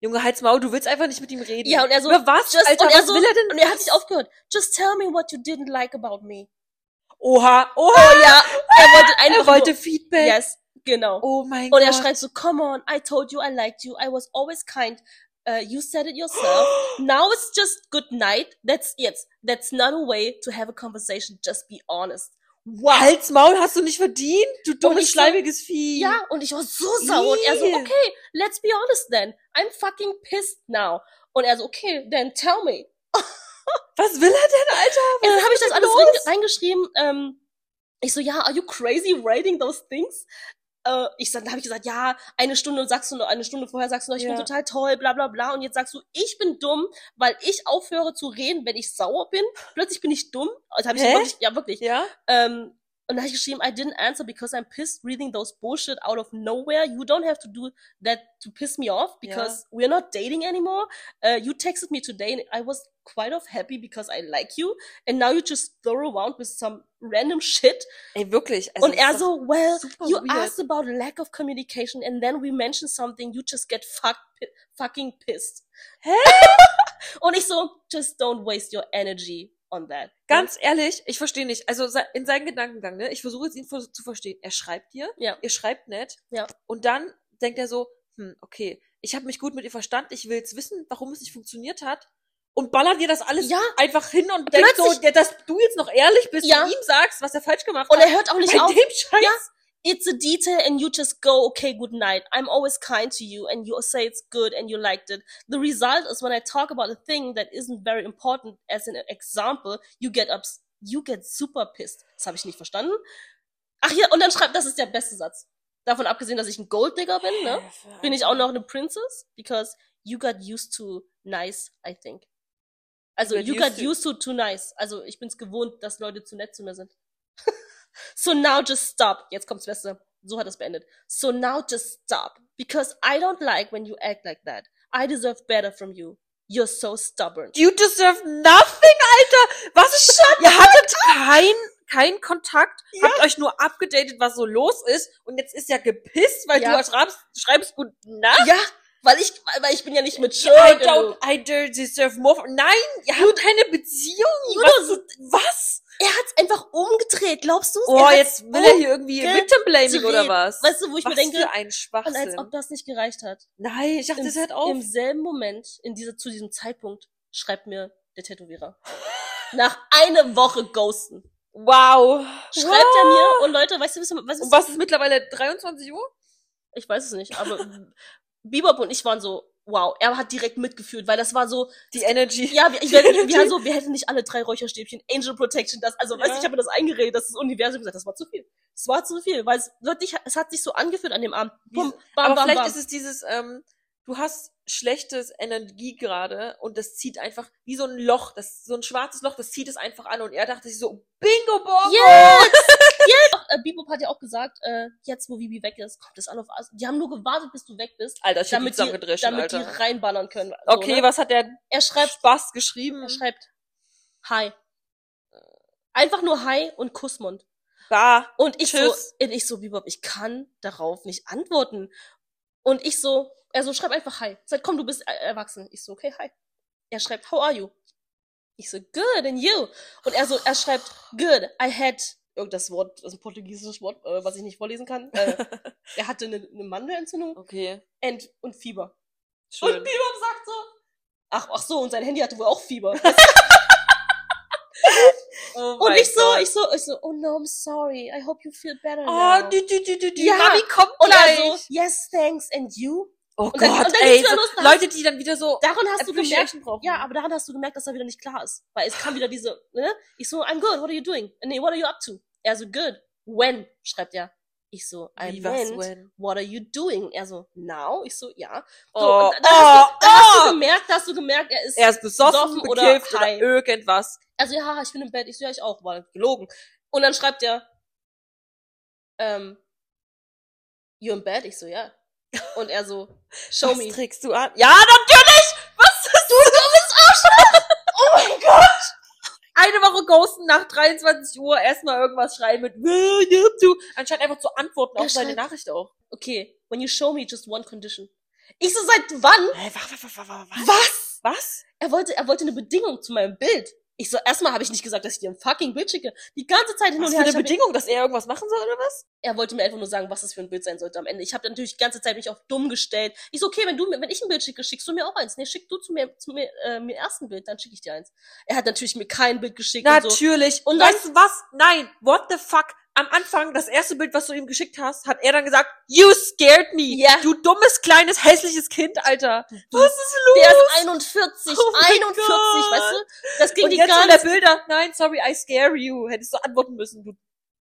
Junge, halt's Maul, du willst einfach nicht mit ihm reden.
Ja, und er so,
Über was,
just-
Alter,
und er
was
so-
will er denn?
Und er hat nicht aufgehört, just tell me what you didn't like about me.
Oha, oha,
Oh ja, er wollte
er
einfach
wollte
nur,
Feedback.
yes, genau.
Oh mein
Und
Gott.
er schreit so, come on, I told you I liked you, I was always kind. Uh, you said it yourself. Now it's just good night. That's it. That's not a way to have a conversation. Just be honest. Wow.
Halt's Maul, hast du nicht verdient? Du dummes,
ich so-
schleimiges Vieh.
Ja, und ich war so sauer. Und er so,
Ih.
okay, let's be honest then. I'm fucking pissed now. Und er so, okay, then tell me.
Was will er denn, Alter?
Und dann habe ich das
denn
alles
Äh, los?
reinge- reingeschrieben. Ähm, ich so, ja, are you crazy writing those things? Äh, ich sag, dann habe ich gesagt, ja, eine Stunde sagst du noch, eine Stunde vorher sagst du noch, ich
Ja.
bin total toll, bla bla bla. Und jetzt sagst du, ich bin dumm, weil ich aufhöre zu reden, wenn ich sauer bin. Plötzlich bin ich dumm. Also hab ich
Hä?
wirklich, ja, wirklich.
Ja?
Ähm, und dann habe ich geschrieben, I didn't answer because I'm pissed reading those bullshit out of nowhere. You don't have to do that to piss me off because we're not dating anymore. Uh, you texted me today and I was quite of happy because I like you. And now you just throw around with some random shit.
Ey, wirklich. Also,
und
das
er
ist
so, well,
super
you
weird.
asked about lack of communication and then we mentioned something. You just get fuck, pi fucking pissed.
Hä?
und ich so, just don't waste your energy on that.
Ganz ehrlich, ich verstehe nicht. Also se- in seinen Gedankengang, ne? Ich versuche jetzt ihn vers- zu verstehen. Er schreibt dir,
Ja.
ihr schreibt nett.
Ja.
Und dann denkt er so, hm, okay, ich habe mich gut mit ihr verstanden, ich will jetzt wissen, warum es nicht funktioniert hat. Und ballert dir das alles
Ja.
einfach hin und denkt so,
Plötzlich-
ja, dass du jetzt noch ehrlich bist
Ja.
und ihm sagst, was er falsch gemacht
Und
hat.
er hört auch nicht
Bei
auf.
dem Scheiß.
Ja, It's a detail and you just go, okay, good night. I'm always kind to you and you say it's good and you liked it. The result is when I talk about a thing that isn't very important as an example, you get ups, you get super pissed. Das habe ich nicht verstanden. Ach ja, und dann schreibt, das ist der beste Satz. Davon abgesehen, dass ich ein Golddigger bin, ne? Bin ich auch noch eine Princess? Because you got used to nice, I think. Also,
You got
you
used
got
to-
used to too nice. Also, ich bin's gewohnt, dass Leute zu nett zu mir sind. so now just stop. Jetzt kommt's Beste. So hat es beendet. So now just stop. Because I don't like when you act like that. I deserve better from you. You're so stubborn.
You deserve nothing, Alter! Was ist Shut Ihr hattet kein, kein Kontakt, habt euch nur abgedatet, was so los ist, und jetzt ist ja gepisst, weil
Ja.
du schreibst, schreibst Guten Nacht.
Ja, weil ich, weil ich bin ja nicht mit
I
Schuld.
don't, I don't deserve more. Nein, ihr habt keine Beziehung.
You
Was? was?
Er hat's einfach umgedreht. Glaubst du's?
Oh,
Er hat's
jetzt will er hier irgendwie
ge-
Victim Blaming
gedreht.
oder was?
Weißt du, wo ich
was
mir denke,
für ein
und als
Schwachsinn.
ob das nicht gereicht hat.
Nein, ich dachte, das hört auf.
Im selben Moment, in dieser, zu diesem Zeitpunkt, schreibt mir der Tätowierer. Nach einer Woche Ghosten.
Wow.
Schreibt er mir, und Leute, weißt du, was, was
Und
ist,
was ist mittlerweile 23 Uhr?
ich weiß es nicht, aber Bebop und ich waren so, wow, er hat direkt mitgefühlt, weil das war so,
Die Energy.
ja, wir, ich, wir, wir, haben so, wir hätten nicht alle drei Räucherstäbchen, Angel Protection, das, also, weißt
Ja.
du, ich habe mir das eingeredet, dass das Universum gesagt, das war zu viel. Das war zu viel, weil es wirklich, es hat sich so angefühlt an dem Abend. Bum, bam,
Aber
bam,
vielleicht
bam.
ist es dieses, ähm, du hast schlechtes Energie gerade und das zieht einfach wie so ein Loch, das so ein schwarzes Loch, das zieht es einfach an und er dachte sich so, Bingo Bongo!
Yes! yes! Äh, Bebop hat ja auch gesagt, äh, jetzt wo Vivi weg ist, kommt es an auf As Die haben nur gewartet, bis du weg bist,
Alter, ich hab die
damit, die,
zusammengedreschen,
damit die
Alter.
reinballern können. So,
okay, Hm.
ne?
was hat der
Er schreibt,
Spaß geschrieben?
er schreibt, hi. Einfach nur hi und Kussmund.
Bah.
Und ich
Tschüss.
so, und ich so, Bebop, ich kann darauf nicht antworten. Und ich so, er so, schreib einfach hi. Sagt, komm, du bist er- erwachsen. Ich so, okay, hi. Er schreibt, how are you? Ich so, good, and you? Und er so, er schreibt, good, I had, irgenddas Wort, das ist ein portugiesisches Wort, äh, was ich nicht vorlesen kann. Äh, er hatte eine, eine Mandelentzündung
Okay.
and, und Fieber. Und
Schön.
Bebop sagt so, ach, ach so, und sein Handy hatte wohl auch Fieber.
Oh
Und
mein
ich so,
Gott.
ich so, ich so, oh no, I'm sorry, I hope you feel better now.
Oh, du, du, du, du, du.
Ja.
Mami kommt
Und er
gleich.
so, yes, thanks, and you?
oh
und dann-
Gott,
und dann
ey.
geht's wieder los,
So,
dann-
Leute, die dann wieder so
Daran hast du gemerkt,
Appreciation brauchen.
ja, aber daran hast du gemerkt, dass er wieder nicht klar ist. Weil es kam wieder diese, ne? Ich so, I'm good, what are you doing? Nee, what are you up to? Er so, good. When? Schreibt er. Ich so, I
Wie, was,
meant,
when?
what are you doing? Er so, now? Ich so, ja. So,
Oh,
und da, da, hast du, da hast
oh,
du gemerkt, da hast du gemerkt, er ist,
Er ist besoffen,
besoffen oder
bekifft oder,
high.
irgendwas.
also ja, haha, ich bin im Bett. Ich so, ja, ich auch, weil gelogen. Und dann schreibt er, ähm, you in bed? Ich so, ja. Und er so, show
Was
me.
trägst du an? Ja, natürlich! Was ist du dummes Arschloch? oh mein Gott! Eine Woche ghosten nach 23 Uhr erstmal irgendwas schreiben mit "Äh, ich hab du, anstatt einfach zu antworten
Er
auf seine
schreibt-
Nachricht auch.
okay, when you show me just one condition. Ich so, seit wann?
Hä, wa- wa- wa- wa- wa-
Was?
Was?
Er wollte, er wollte eine Bedingung zu meinem Bild. Ich so, erstmal habe ich nicht gesagt, dass ich dir ein fucking Bild schicke. Die ganze Zeit hin
Was
und
für
her.
eine
Ich hab-
Bedingung, dass er irgendwas machen soll oder was?
Er wollte mir einfach nur sagen, was das für ein Bild sein sollte am Ende. Ich habe natürlich die ganze Zeit mich auf dumm gestellt. Ich so, okay, wenn du mir, wenn ich ein Bild schicke, schickst du mir auch eins. Nee, schick du zu mir, zu mir, äh, mir erst ein Bild, dann schicke ich dir eins. Er hat natürlich mir kein Bild geschickt und so.
Natürlich. Und
Und dann-
weißt du was? Nein. What the fuck? Am Anfang, das erste Bild, was du ihm geschickt hast, hat er dann gesagt, you scared me.
Ja.
Du dummes, kleines, hässliches Kind, Alter.
Du-
Was ist los?
Der ist 41,
Oh mein
41,
Gott.
weißt du? Das ging
Und
die
jetzt
ganze
in der Bilder, nein, sorry, I scare you. Hättest du antworten müssen, du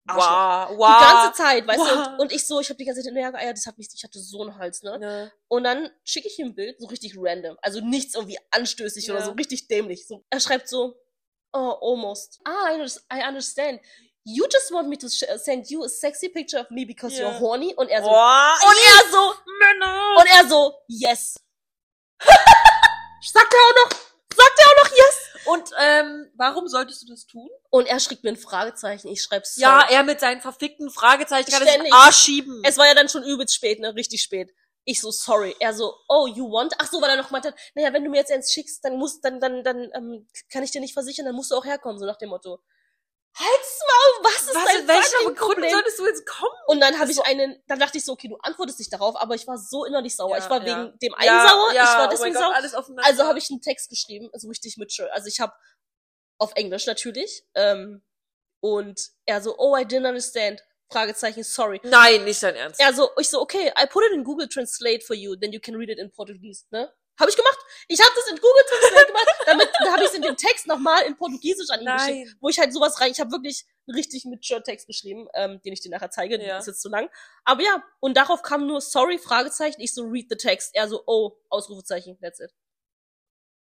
Arschloch.
Wow,
die ganze Zeit, weißt du?
Wow.
Und, und ich so, ich habe die ganze Zeit hinterher geeiert, das hat mich, ich hatte so einen Hals, ne?
Ne.
Und dann schicke ich ihm ein Bild, so richtig random. Also nichts irgendwie anstößig oder
Ja.
so richtig dämlich. So, er schreibt so, oh, almost. Ah, I, under- I understand. You just want me to sh send you a sexy picture of me because
Ja.
you're horny. Und er so,
Boah,
und er so,
Also, Männer!
und er so, yes. sagt er auch noch, sagt er auch noch yes.
Und, ähm, warum solltest du das tun?
Und er schickt mir ein Fragezeichen. Ich schreibe sorry.
Ja, er mit seinen verfickten Fragezeichen kann es in den
Ständig.
Arsch schieben.
Es war ja dann schon übelst spät, ne? Richtig spät. Ich so, sorry. Er so, oh, you want? Ach so, weil er noch meinte, naja, wenn du mir jetzt eins schickst, dann musst, dann, dann, dann, ähm, kann ich dir nicht versichern, dann musst du auch herkommen, so nach dem Motto. Halt's Maul, was ist
was, in
dein
welcher
welcher
Begründung
Problem?
solltest du jetzt kommen?
Und dann habe ich einen, dann dachte ich so, okay, du antwortest nicht darauf, aber ich war so innerlich sauer.
Ja,
ich
ja.
war wegen dem einen sauer, ich war
oh mein
deswegen
Gott,
sauer.
alles aufeinander.
Also habe ich einen Text geschrieben, also richtig mit Schuld. Also ich habe auf Englisch natürlich. Ähm, und er so, oh, I didn't understand. Fragezeichen, sorry.
Nein, nicht dein Ernst.
Ja, so, ich so, okay, I put it in Google Translate for you, then you can read it in Portugiese, ne? Habe ich gemacht. Ich habe das in Google Translate gemacht, damit da habe ich in dem Text nochmal in Portugiesisch an ihn
Nein.
geschickt, wo ich halt sowas rein. Ich habe wirklich einen richtig mit Text geschrieben, ähm, den ich dir nachher zeige.
Ja.
Ist jetzt zu lang. Aber ja, und darauf kam nur sorry Fragezeichen. Ich so read the text. Er so oh Ausrufezeichen. That's it.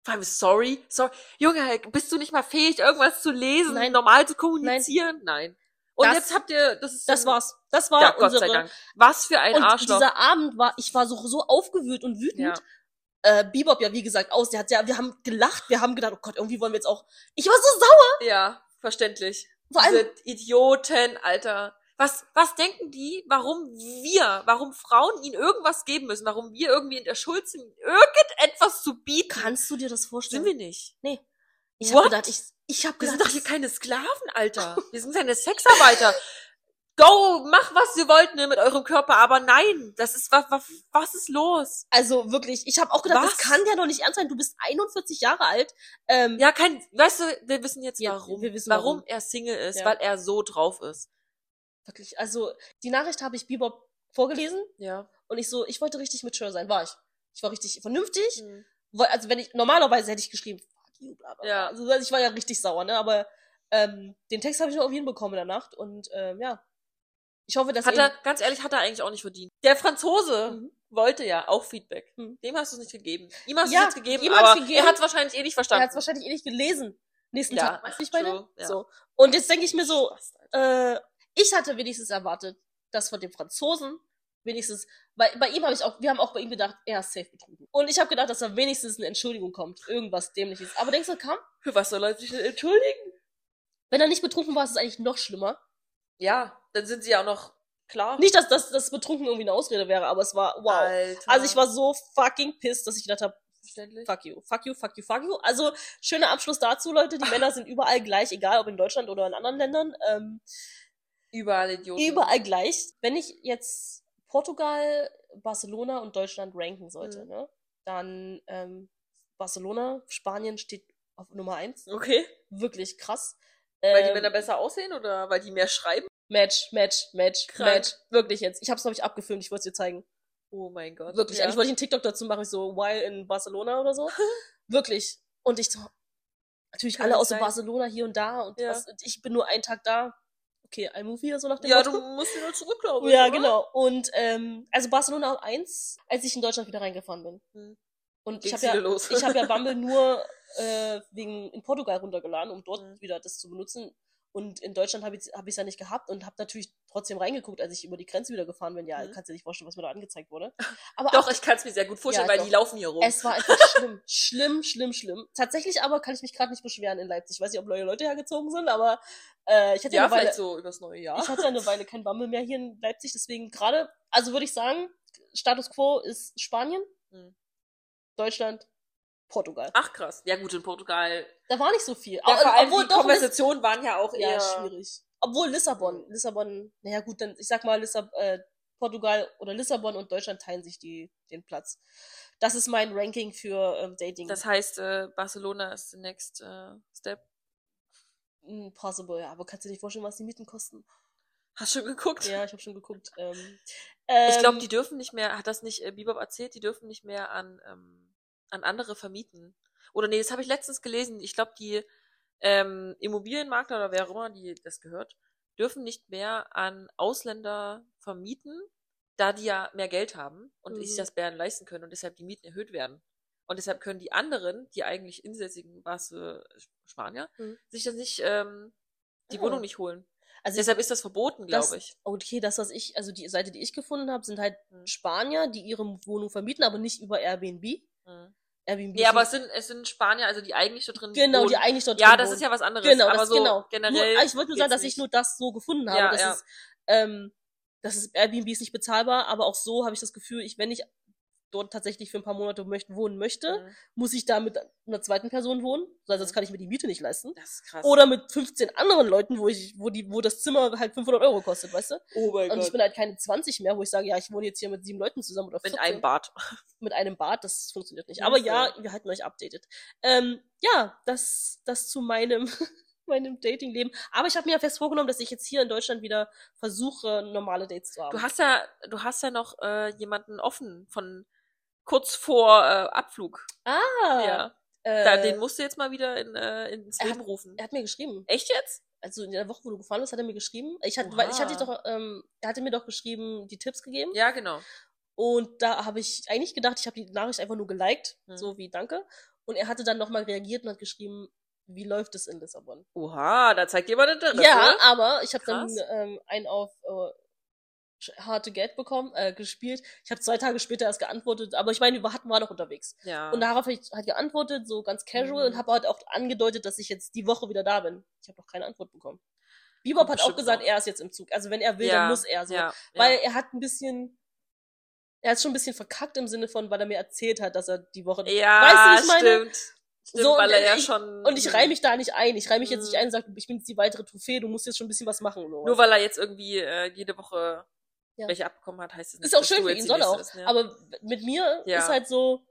Vor allem, sorry, sorry. Junge, bist du nicht mal fähig, irgendwas zu lesen,
Nein.
normal zu kommunizieren? Nein. Und
Das-
jetzt habt ihr, das ist
Das
so-
war's. Das war
ja, Gott sei
unsere.
Dank. Was für ein
Und
Arschloch.
dieser Abend war, ich war so, so aufgewühlt und wütend.
ja.
Äh, Bebop ja, wie gesagt, aus. Der hat ja, wir haben gelacht, wir haben gedacht, oh Gott, irgendwie wollen wir jetzt auch. Ich war so sauer.
ja, verständlich.
Vor allem,
Diese Idioten, Alter. Was, was denken die, warum wir, warum Frauen ihnen irgendwas geben müssen, warum wir irgendwie in der Schuld sind, irgendetwas zu bieten?
kannst du dir das vorstellen?
sind wir nicht.
Ich habe
What?
gedacht, ich, ich habe
Wir
gedacht,
sind doch hier
ich-
keine Sklaven, Alter. Wir sind keine Sexarbeiter. Go, mach was ihr wollt ne, mit eurem Körper, aber nein, das ist was, was, was ist los?
also wirklich, ich habe auch gedacht,
Was?
das kann ja doch nicht ernst sein. Du bist 41 Jahre alt. Ähm,
Ja, kein, weißt du, wir wissen jetzt
Ja,
warum,
wir wissen,
warum,
warum.
er Single ist,
Ja.
weil er so drauf ist.
Wirklich, also die Nachricht habe ich Bebop vorgelesen
Ja.
und ich so, ich wollte richtig mature sein, war ich. Ich war richtig
Mhm.
vernünftig.
Hm.
Woll- Also wenn ich normalerweise hätte ich geschrieben, fuck you, bla bla.
Ja.
Ja. Also ich war ja richtig sauer, ne? Aber ähm, den Text habe ich noch irgendwie hinbekommen in der Nacht und ähm, ja. Ich hoffe, dass
Hat
ihr-
er, ganz ehrlich, hat er eigentlich auch nicht verdient. Der Franzose
Mhm.
wollte ja auch Feedback.
Mhm.
Dem hast du es nicht gegeben. Ihm hast
Ja,
du es jetzt gegeben,
ihm hat's
aber
gegeben.
er hat es wahrscheinlich eh nicht
er
verstanden.
hat es wahrscheinlich eh nicht gelesen. Nächsten
Ja,
Tag, weißt du nicht bei
true,
dir?
ja.
So. Und jetzt denke ich mir so,
Spaß, Alter.
äh, ich hatte wenigstens erwartet, dass von dem Franzosen wenigstens, bei, bei ihm habe ich auch, wir haben auch bei ihm gedacht, er ist safe betrunken. Und ich habe gedacht, dass da wenigstens eine Entschuldigung kommt, irgendwas dämliches. Aber denkst du, kam?
Für was soll er sich denn entschuldigen?
Wenn er nicht betrunken war, ist es eigentlich noch schlimmer.
Ja, dann sind sie ja auch noch klar.
Nicht, dass das dass betrunken irgendwie eine Ausrede wäre, aber es war wow.
Alter.
Also ich war so fucking pissed, dass ich gedacht habe,
verständlich.
fuck you, fuck you, fuck you, fuck you. Also schöner Abschluss dazu, Leute. Die Männer sind überall gleich, egal ob in Deutschland oder in anderen Ländern. Ähm,
Überall Idioten.
überall gleich. Wenn ich jetzt Portugal, Barcelona und Deutschland ranken sollte,
Mhm.
ne, dann ähm, Barcelona, Spanien steht auf Nummer eins.
Okay.
Wirklich krass.
Weil die
Ähm,
Männer besser aussehen oder weil die mehr schreiben?
Match, Match, Match,
Krank.
Match. Wirklich jetzt. Ich habe es, glaube ich, abgefilmt. Ich wollte es dir zeigen.
Oh mein Gott.
Wirklich.
Ja.
Eigentlich wollte ich einen TikTok dazu machen. Ich so, while in Barcelona oder so. Wirklich. Und ich so, natürlich
Kann
alle
nicht
außer
sein.
Barcelona hier und da. Und
Ja.
was, und ich bin nur einen Tag da. Okay, I move here, so nach dem
ja,
Motto.
du musst wieder zurück, glaube ich.
Ja,
oder?
genau. Und ähm, also Barcelona 1, als ich in Deutschland wieder reingefahren bin.
Hm.
Und ich
Ging's
habe ja,
wieder los.
ich hab ja Bumble nur äh, wegen in Portugal runtergeladen, um dort
Hm.
wieder das zu benutzen. Und in Deutschland habe ich es hab ich's ja nicht gehabt und habe natürlich trotzdem reingeguckt, als ich über die Grenze wieder gefahren bin. Ja,
Hm.
kannst dir nicht vorstellen, was mir da angezeigt wurde. Aber
Doch, ich kann es mir sehr gut vorstellen,
Ja,
weil
doch.
die laufen hier rum.
es war einfach schlimm. Schlimm, schlimm, schlimm. Tatsächlich aber kann ich mich gerade nicht beschweren in Leipzig. Ich weiß nicht, ob neue Leute hergezogen sind, aber äh, ich hatte
ja,
eine Weile,
vielleicht so übers neue Jahr.
ich hatte eine Weile kein Bumble mehr hier in Leipzig, deswegen gerade, also würde ich sagen, Status quo ist Spanien,
Hm.
Deutschland, Portugal.
Ach krass. Ja gut, in Portugal.
Da war nicht so viel.
Ja, vor allem
obwohl
die
doch, Liss
Konversationen waren ja auch eher Hm.
ja, schwierig. Obwohl Lissabon, Lissabon, naja gut, dann ich sag mal Lissab äh, Portugal oder Lissabon und Deutschland teilen sich die, den Platz. Das ist mein Ranking für ähm, Dating.
Das heißt, äh, Barcelona ist der next äh, step.
Mm, Possible, ja, aber kannst du dir nicht vorstellen, was die Mieten kosten?
Hast du schon geguckt?
Ja, ich habe schon geguckt. Ähm,
Ich glaube,
ähm,
die dürfen nicht mehr, hat das nicht äh, Bebop erzählt, die dürfen nicht mehr an, ähm, an andere vermieten. Oder nee, das habe ich letztens gelesen. Ich glaube, die ähm, Immobilienmakler oder wer auch immer, die das gehört, dürfen nicht mehr an Ausländer vermieten, da die ja mehr Geld haben und sich
Mhm.
das Bären leisten können und deshalb die Mieten erhöht werden. Und deshalb können die anderen, die eigentlich insässigen Basse Spanier,
Mhm.
sich das nicht, ähm, die
Ah.
Wohnung nicht holen.
also
deshalb ist das verboten,
das-
glaube ich.
oh, okay, das, was ich, also die Seite, die ich gefunden habe, sind halt
Mhm.
Spanier, die ihre Wohnung vermieten, aber nicht über Airbnb.
Mhm.
Airbnb
Nee,
ist
aber
ein-
es sind, es sind Spanier, also die eigentlich da drin
genau, die
wohnen.
eigentlich dort
Ja,
drin
das
wohnen.
ist ja was anderes.
genau,
aber
das
so
genau.
generell.
Nur, ich wollte nur sagen,
geht's
dass ich nur das so gefunden habe.
Ja,
das
ja.
ist, ähm, das ist Airbnb ist nicht bezahlbar, aber auch so habe ich das Gefühl, ich, wenn ich dort tatsächlich für ein paar Monate möcht, wohnen möchte,
Mhm.
muss ich da mit einer zweiten Person wohnen, weil sonst
Mhm.
kann ich mir die Miete nicht leisten.
Das ist krass.
Oder mit 15 anderen Leuten, wo ich, wo die, wo das Zimmer halt 500 Euro kostet, weißt du?
oh mein
Und ich bin halt keine 20 mehr, wo ich sage, ja, ich wohne jetzt hier mit sieben Leuten zusammen oder
mit
14,
einem Bart.
mit einem Bad, das funktioniert nicht.
Ja,
Aber
so.
ja, wir halten euch updated. Ähm, ja, das, das zu meinem meinem Datingleben. Aber ich habe mir ja fest vorgenommen, dass ich jetzt hier in Deutschland wieder versuche, normale Dates zu haben.
Du hast ja, du hast ja noch äh, jemanden offen von kurz vor äh, Abflug.
ah,
ja.
äh,
Da, den musst du jetzt mal wieder in, äh, ins
er
Leben rufen.
er hat mir geschrieben.
Echt jetzt?
Also in der Woche, wo du gefahren bist, hat er mir geschrieben. Ich hatte, weil ich hatte dich
Oha.
doch, ähm, er hatte mir doch geschrieben, die Tipps gegeben.
Ja, genau.
Und da habe ich eigentlich gedacht, ich habe die Nachricht einfach nur geliked,
Mhm.
so wie Danke. Und er hatte dann nochmal reagiert und hat geschrieben, wie läuft es in Lissabon?
Oha, da zeigt jemand Interesse.
Ja, ah, aber ich habe dann
Krass.
ähm, einen auf äh, harte Geld bekommen, äh, gespielt. Ich habe zwei Tage später erst geantwortet, aber ich meine, wir hatten war noch unterwegs.
ja.
Und darauf habe ich halt geantwortet, so ganz casual,
Mhm.
und habe halt auch angedeutet, dass ich jetzt die Woche wieder da bin. Ich habe noch keine Antwort bekommen. Bebop
Kommt
hat auch
bestimmt
gesagt,
noch.
er ist jetzt im Zug. Also wenn er will,
Ja,
dann muss er so.
ja,
Weil
ja.
er hat ein bisschen. Er hat schon ein bisschen verkackt im Sinne von, weil er mir erzählt hat, dass er die Woche.
Ja,
Weißt du, ich meine-
stimmt. Stimmt,
So,
weil
und
er ja
ich-
schon.
Und ich reihe mich da nicht ein. Ich reihe mich jetzt nicht
Mhm.
ein und sage, ich bin jetzt die weitere Trophäe, du musst jetzt schon ein bisschen was machen. Oder
Nur weil er jetzt irgendwie äh, jede Woche
Ja.
welche abbekommen hat, heißt es nicht.
Ist auch
dass
schön
du
für
jetzt
ihn,
die
soll er
Nächste bist,
auch.
ne?
Aber mit mir
Ja.
ist halt so,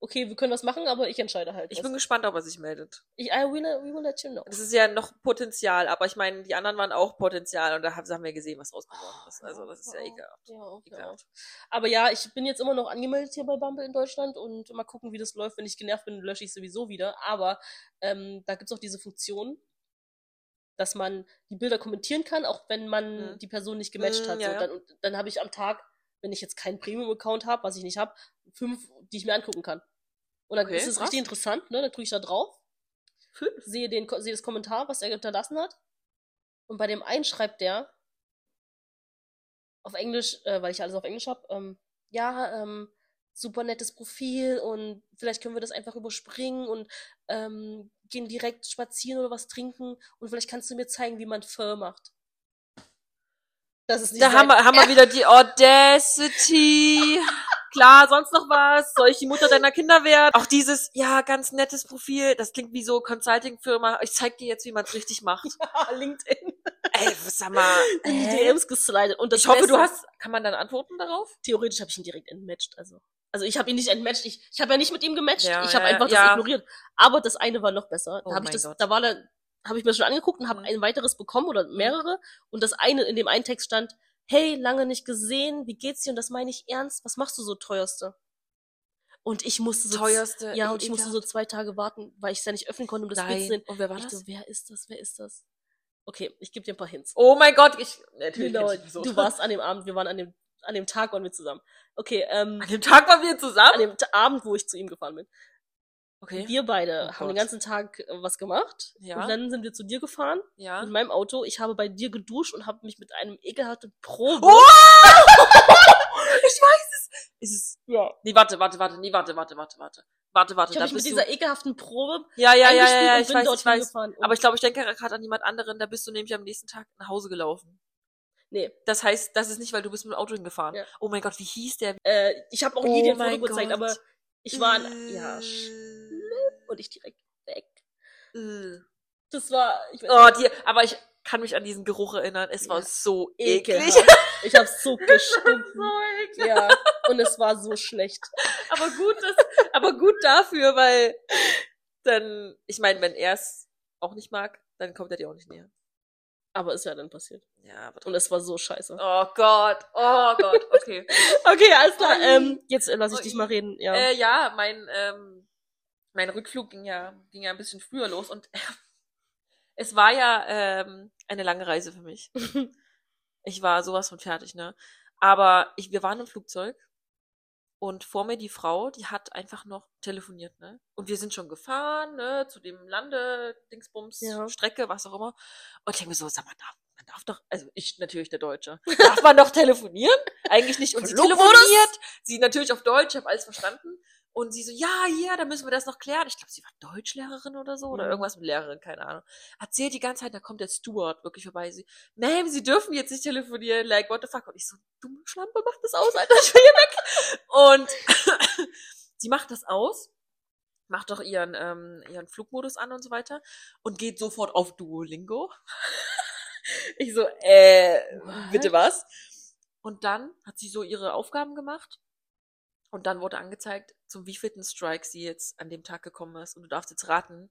okay, wir können was machen, aber ich entscheide halt.
ich
was.
bin gespannt, ob er sich meldet.
ich, I will, we will let you know.
Das ist ja noch Potenzial, aber ich meine, die anderen waren auch Potenzial und da haben, haben wir gesehen, was raus geworden ist. Also das ist ja
Ja.
egal.
Oh. Ja, okay.
ekelhaft.
Aber ja, ich bin jetzt immer noch angemeldet hier bei Bumble in Deutschland und mal gucken, wie das läuft. Wenn ich genervt bin, lösche ich sowieso wieder. Aber ähm, da gibt's auch diese Funktion, dass man die Bilder kommentieren kann, auch wenn man
Mhm.
die Person nicht gematcht
Mhm,
hat.
ja,
so,
ja.
dann und dann habe ich am Tag, wenn ich jetzt keinen Premium-Account habe, was ich nicht habe, fünf, die ich mir angucken kann. Und dann
Okay,
ist es richtig
krass.
interessant, ne? Dann drücke ich da drauf,
Fünf.
sehe, den, sehe das Kommentar, was er hinterlassen hat. Und bei dem einen schreibt der auf Englisch, äh, weil ich alles auf Englisch habe, ähm, ja, ähm, super nettes Profil und vielleicht können wir das einfach überspringen und ähm, gehen direkt spazieren oder was trinken und vielleicht kannst du mir zeigen, wie man Fur macht. Das ist nicht
Da
sein-
haben wir, haben wir wieder die Audacity. Klar, sonst noch was? Soll ich die Mutter deiner Kinder werden? Auch dieses, ja, ganz nettes Profil. Das klingt wie so Consulting-Firma. Ich zeig dir jetzt, wie man es richtig macht.
LinkedIn
Ey, was sag mal.
in die
hä?
DMs geslidet. Und das
Ich hoffe,
Beste-
du hast. Kann man dann antworten darauf?
theoretisch habe ich ihn direkt entmatcht. Also, also ich habe ihn nicht entmatcht. Ich, ich habe ja nicht mit ihm gematcht.
Ja,
ich habe
ja,
einfach das
ja.
ignoriert. Aber das eine war noch besser. Da
Oh
hab ich
mein
das,
Gott.
da war da, habe ich mir schon angeguckt und habe
Mhm.
ein weiteres bekommen oder mehrere. Und das eine in dem einen Text stand: Hey, lange nicht gesehen. Wie geht's dir? Und das meine ich ernst. Was machst du so teuerste? Und ich musste so
Teuerste.
ja und
ey,
ich musste so
ekelhaft.
zwei Tage warten, weil ich es ja nicht öffnen konnte, um das Bild zu
Nein.
sehen.
Und wer war
Ich so,
das?
wer ist das? Wer ist das? Okay, ich gebe dir ein paar Hints.
Oh mein Gott, ich. Natürlich
Genau,
kenn ich die Person.
du warst an dem Abend, wir waren an dem, an dem Tag waren wir zusammen. Okay, ähm,
An dem Tag waren wir
an
zusammen.
dem Ta- Abend, wo ich zu ihm gefahren bin.
Okay.
Wir beide
Oh
haben
Gott.
den ganzen Tag äh, was gemacht.
Ja.
Und dann sind wir zu dir gefahren
Ja.
mit meinem Auto. Ich habe bei dir geduscht und habe mich mit einem ekelhaften Probe.
Oh! ich weiß es. Ist es.
Ja.
Nee, warte, warte, warte, nee, warte, warte, warte, warte. Warte, warte,
Ich habe mich mit
du-
dieser ekelhaften Probe
Ja, ja, ja, ja,
eingeschmiert
ja,
und
ich
bin
weiß,
dort
ich weiß.
hingefahren. Und-
Aber ich glaube, ich denke gerade an jemand anderen, da bist du nämlich am nächsten Tag nach Hause gelaufen.
nee,
Das heißt, das ist nicht, weil du bist mit dem Auto hingefahren.
Ja.
Oh mein Gott, wie hieß der?
äh, ich habe auch nie
Oh
dir ein Foto
mein
gezeigt,
Gott.
aber ich war an, ja, sch- und ich direkt weg.
Äh.
Das war ich weiß
Oh,
nicht,
die, aber ich kann mich an diesen Geruch erinnern. Es war
Ja.
so eklig.
ekelhaft. Ich habe so gestunken.
eklig.
ja, und es war so schlecht.
Aber gut, das, aber gut dafür, weil dann, ich meine, wenn er es auch nicht mag, dann kommt er dir auch nicht näher.
Aber ist ja dann passiert.
Ja, aber
Und es war so scheiße.
Oh Gott, oh Gott, okay.
Okay, alles klar.
Ui.
Ähm, jetzt äh, lasse ich
Ui.
dich mal reden. Ja.
Äh, ja, mein, ähm, mein Rückflug ging ja, ging ja ein bisschen früher los und es war ja ähm, eine lange Reise für mich. Ich war sowas von fertig, ne? Aber ich, wir waren im Flugzeug und vor mir die Frau, die hat einfach noch telefoniert, ne? Und wir sind schon gefahren, ne? Zu dem Landedingsbums,
Ja.
Strecke, was auch immer. Und ich denke mir so, sag mal, darf, man darf doch, also ich natürlich der Deutsche, darf man doch telefonieren? Eigentlich nicht. Und sie
Flugmodus?
telefoniert, sie natürlich auf Deutsch, ich habe alles verstanden. Und sie so, ja, ja, da müssen wir das noch klären. Ich glaube, sie war Deutschlehrerin oder so oder
Mhm.
irgendwas mit Lehrerin, keine Ahnung. Erzählt die ganze Zeit, da kommt der Steward wirklich vorbei. Sie, Ma'am, Sie dürfen jetzt nicht telefonieren, like, what the fuck. Und ich so, dumme Schlampe, mach das aus, Alter, ich will hier weg. Und sie macht das aus, macht doch ihren, ähm, ihren Flugmodus an und so weiter und geht sofort auf Duolingo. ich so, äh,
What?
bitte was? Und dann hat sie so ihre Aufgaben gemacht und dann wurde angezeigt, zum wievielten Strike sie jetzt an dem Tag gekommen ist. Und du darfst jetzt raten,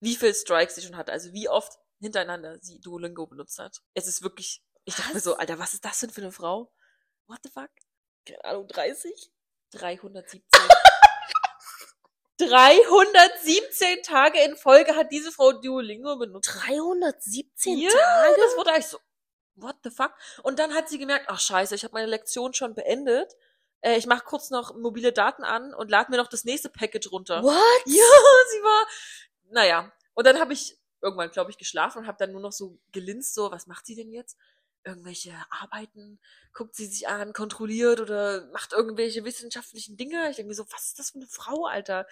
wie viel Strikes sie schon hatte, also wie oft hintereinander sie Duolingo benutzt hat. Es ist wirklich, ich dachte mir
Was?
so, Alter, was ist das denn für eine Frau? What the fuck?
Keine Ahnung, 30?
317. 317 Tage in Folge hat diese Frau Duolingo benutzt.
317
Ja,
Tage?
Das wurde eigentlich so, what the fuck? Und dann hat sie gemerkt, ach scheiße, ich habe meine Lektion schon beendet. Äh, ich mache kurz noch mobile Daten an und lade mir noch das nächste Package runter. Ja,
What?
sie war. Naja. Und dann habe ich irgendwann, glaube ich, geschlafen und habe dann nur noch so gelinst, so, was macht sie denn jetzt? Irgendwelche Arbeiten, guckt sie sich an, kontrolliert oder macht irgendwelche wissenschaftlichen Dinge. Ich denke mir so, was ist das für eine Frau, Alter?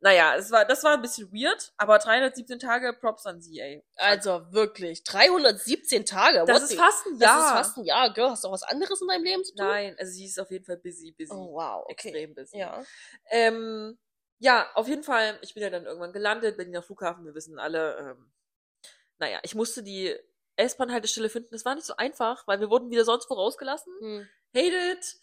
Naja, es war, das war ein bisschen weird, aber 317 Tage Props an sie, ey.
Also wirklich, 317 Tage.
Das
what
ist
the-
fast ein
das
Jahr.
ist fast ein Jahr, girl. Hast du auch was anderes in deinem Leben zu tun?
Nein, also sie ist auf jeden Fall busy, busy.
Oh, wow. Okay.
Extrem busy.
Ja.
Ähm, ja, auf jeden Fall, ich bin ja dann irgendwann gelandet, Berliner Flughafen, wir wissen alle, ähm, naja, ich musste die S-Bahn-Haltestelle finden. Das war nicht so einfach, weil wir wurden wieder sonst wo rausgelassen.
Hm.
Hate it!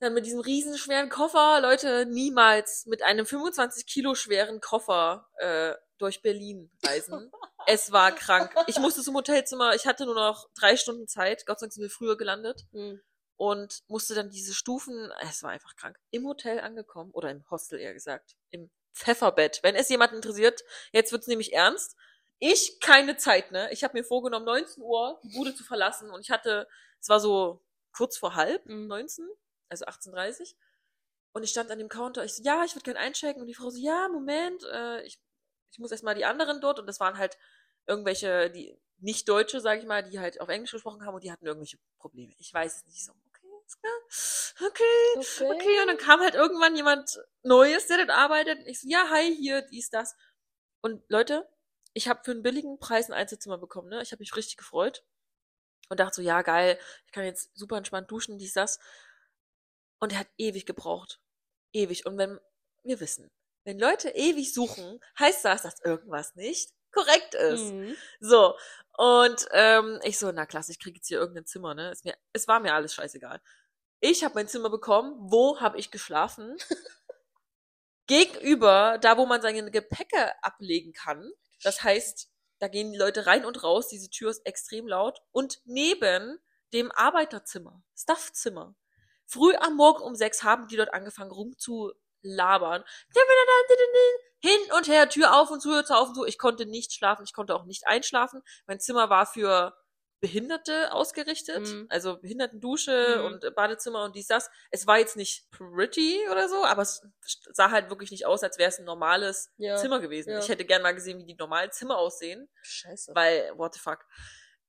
Dann mit diesem riesenschweren Koffer, Leute, niemals mit einem 25 Kilo schweren Koffer äh, durch Berlin reisen. es war krank. Ich musste zum Hotelzimmer, ich hatte nur noch drei Stunden Zeit, Gott sei Dank sind wir früher gelandet
Hm.
und musste dann diese Stufen, es war einfach krank, im Hotel angekommen oder im Hostel eher gesagt, im Pfefferbett. Wenn es jemand interessiert, jetzt wird's nämlich ernst. Ich keine Zeit, ne? Ich habe mir vorgenommen, 19 Uhr die Bude zu verlassen und ich hatte, es war so kurz vor halb,
Mhm.
19, also 18.30 und ich stand an dem Counter, ich so, ja, ich würde gerne einchecken und die Frau so, ja, Moment, äh, ich, ich muss erstmal die anderen dort und das waren halt irgendwelche, die nicht Deutsche, sage ich mal, die halt auf Englisch gesprochen haben und die hatten irgendwelche Probleme. Ich weiß es nicht so. Okay, ist klar. Okay,
Okay.
okay. Und dann kam halt irgendwann jemand Neues, der dort arbeitet. Ich so, ja, hi, hier, dies, das. Und Leute, ich habe für einen billigen Preis ein Einzelzimmer bekommen, ne? Ich habe mich richtig gefreut und dachte so, ja, geil, ich kann jetzt super entspannt duschen, dies, das. Und er hat ewig gebraucht. Ewig. Und wenn, wir wissen, wenn Leute ewig suchen, heißt das, dass irgendwas nicht korrekt ist.
Hm.
So. Und ähm, ich so, na klasse, ich krieg jetzt hier irgendein Zimmer, ne? Ist mir, es war mir alles scheißegal. Ich habe mein Zimmer bekommen. Wo habe ich geschlafen? Gegenüber, da wo man seine Gepäcke ablegen kann. Das heißt, da gehen die Leute rein und raus. Diese Tür ist extrem laut. Und neben dem Arbeiterzimmer, Staffzimmer. Früh am Morgen um sechs haben die dort angefangen rumzulabern. Hin und her, Tür auf und zu, Tür auf und zu. Ich konnte nicht schlafen, ich konnte auch nicht einschlafen. Mein Zimmer war für Behinderte ausgerichtet,
Mhm.
also Behindertendusche
Mhm.
und Badezimmer und dies, das. Es war jetzt nicht pretty oder so, aber es sah halt wirklich nicht aus, als wäre es ein normales
Ja.
Zimmer gewesen.
ja.
Ich hätte gern mal gesehen, wie die normalen Zimmer aussehen,
Scheiße.
weil, what the fuck.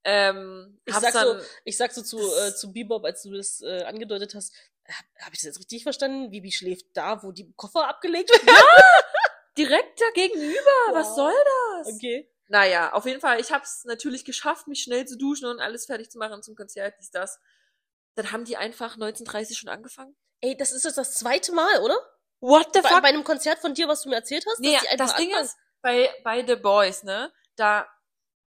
Ähm,
Ich
hab's
sag so,
dann-
Ich sag so zu,
Das-
äh, zu Bebop, als du das äh, angedeutet hast, habe hab ich das jetzt richtig verstanden? Bibi schläft da, wo die Koffer abgelegt werden.
direkt da gegenüber, was
Wow.
soll das?
Okay.
Naja, auf jeden Fall, ich habe es natürlich geschafft, mich schnell zu duschen und alles fertig zu machen zum Konzert, dies, das. Dann haben die einfach 19.30 schon angefangen.
Ey, das ist jetzt das zweite Mal, oder?
What the
Bei, bei einem Konzert von dir, was du mir erzählt hast?
Nee,
dass die einfach
das Ding
anfangen?
ist, bei, bei The Boys, ne, da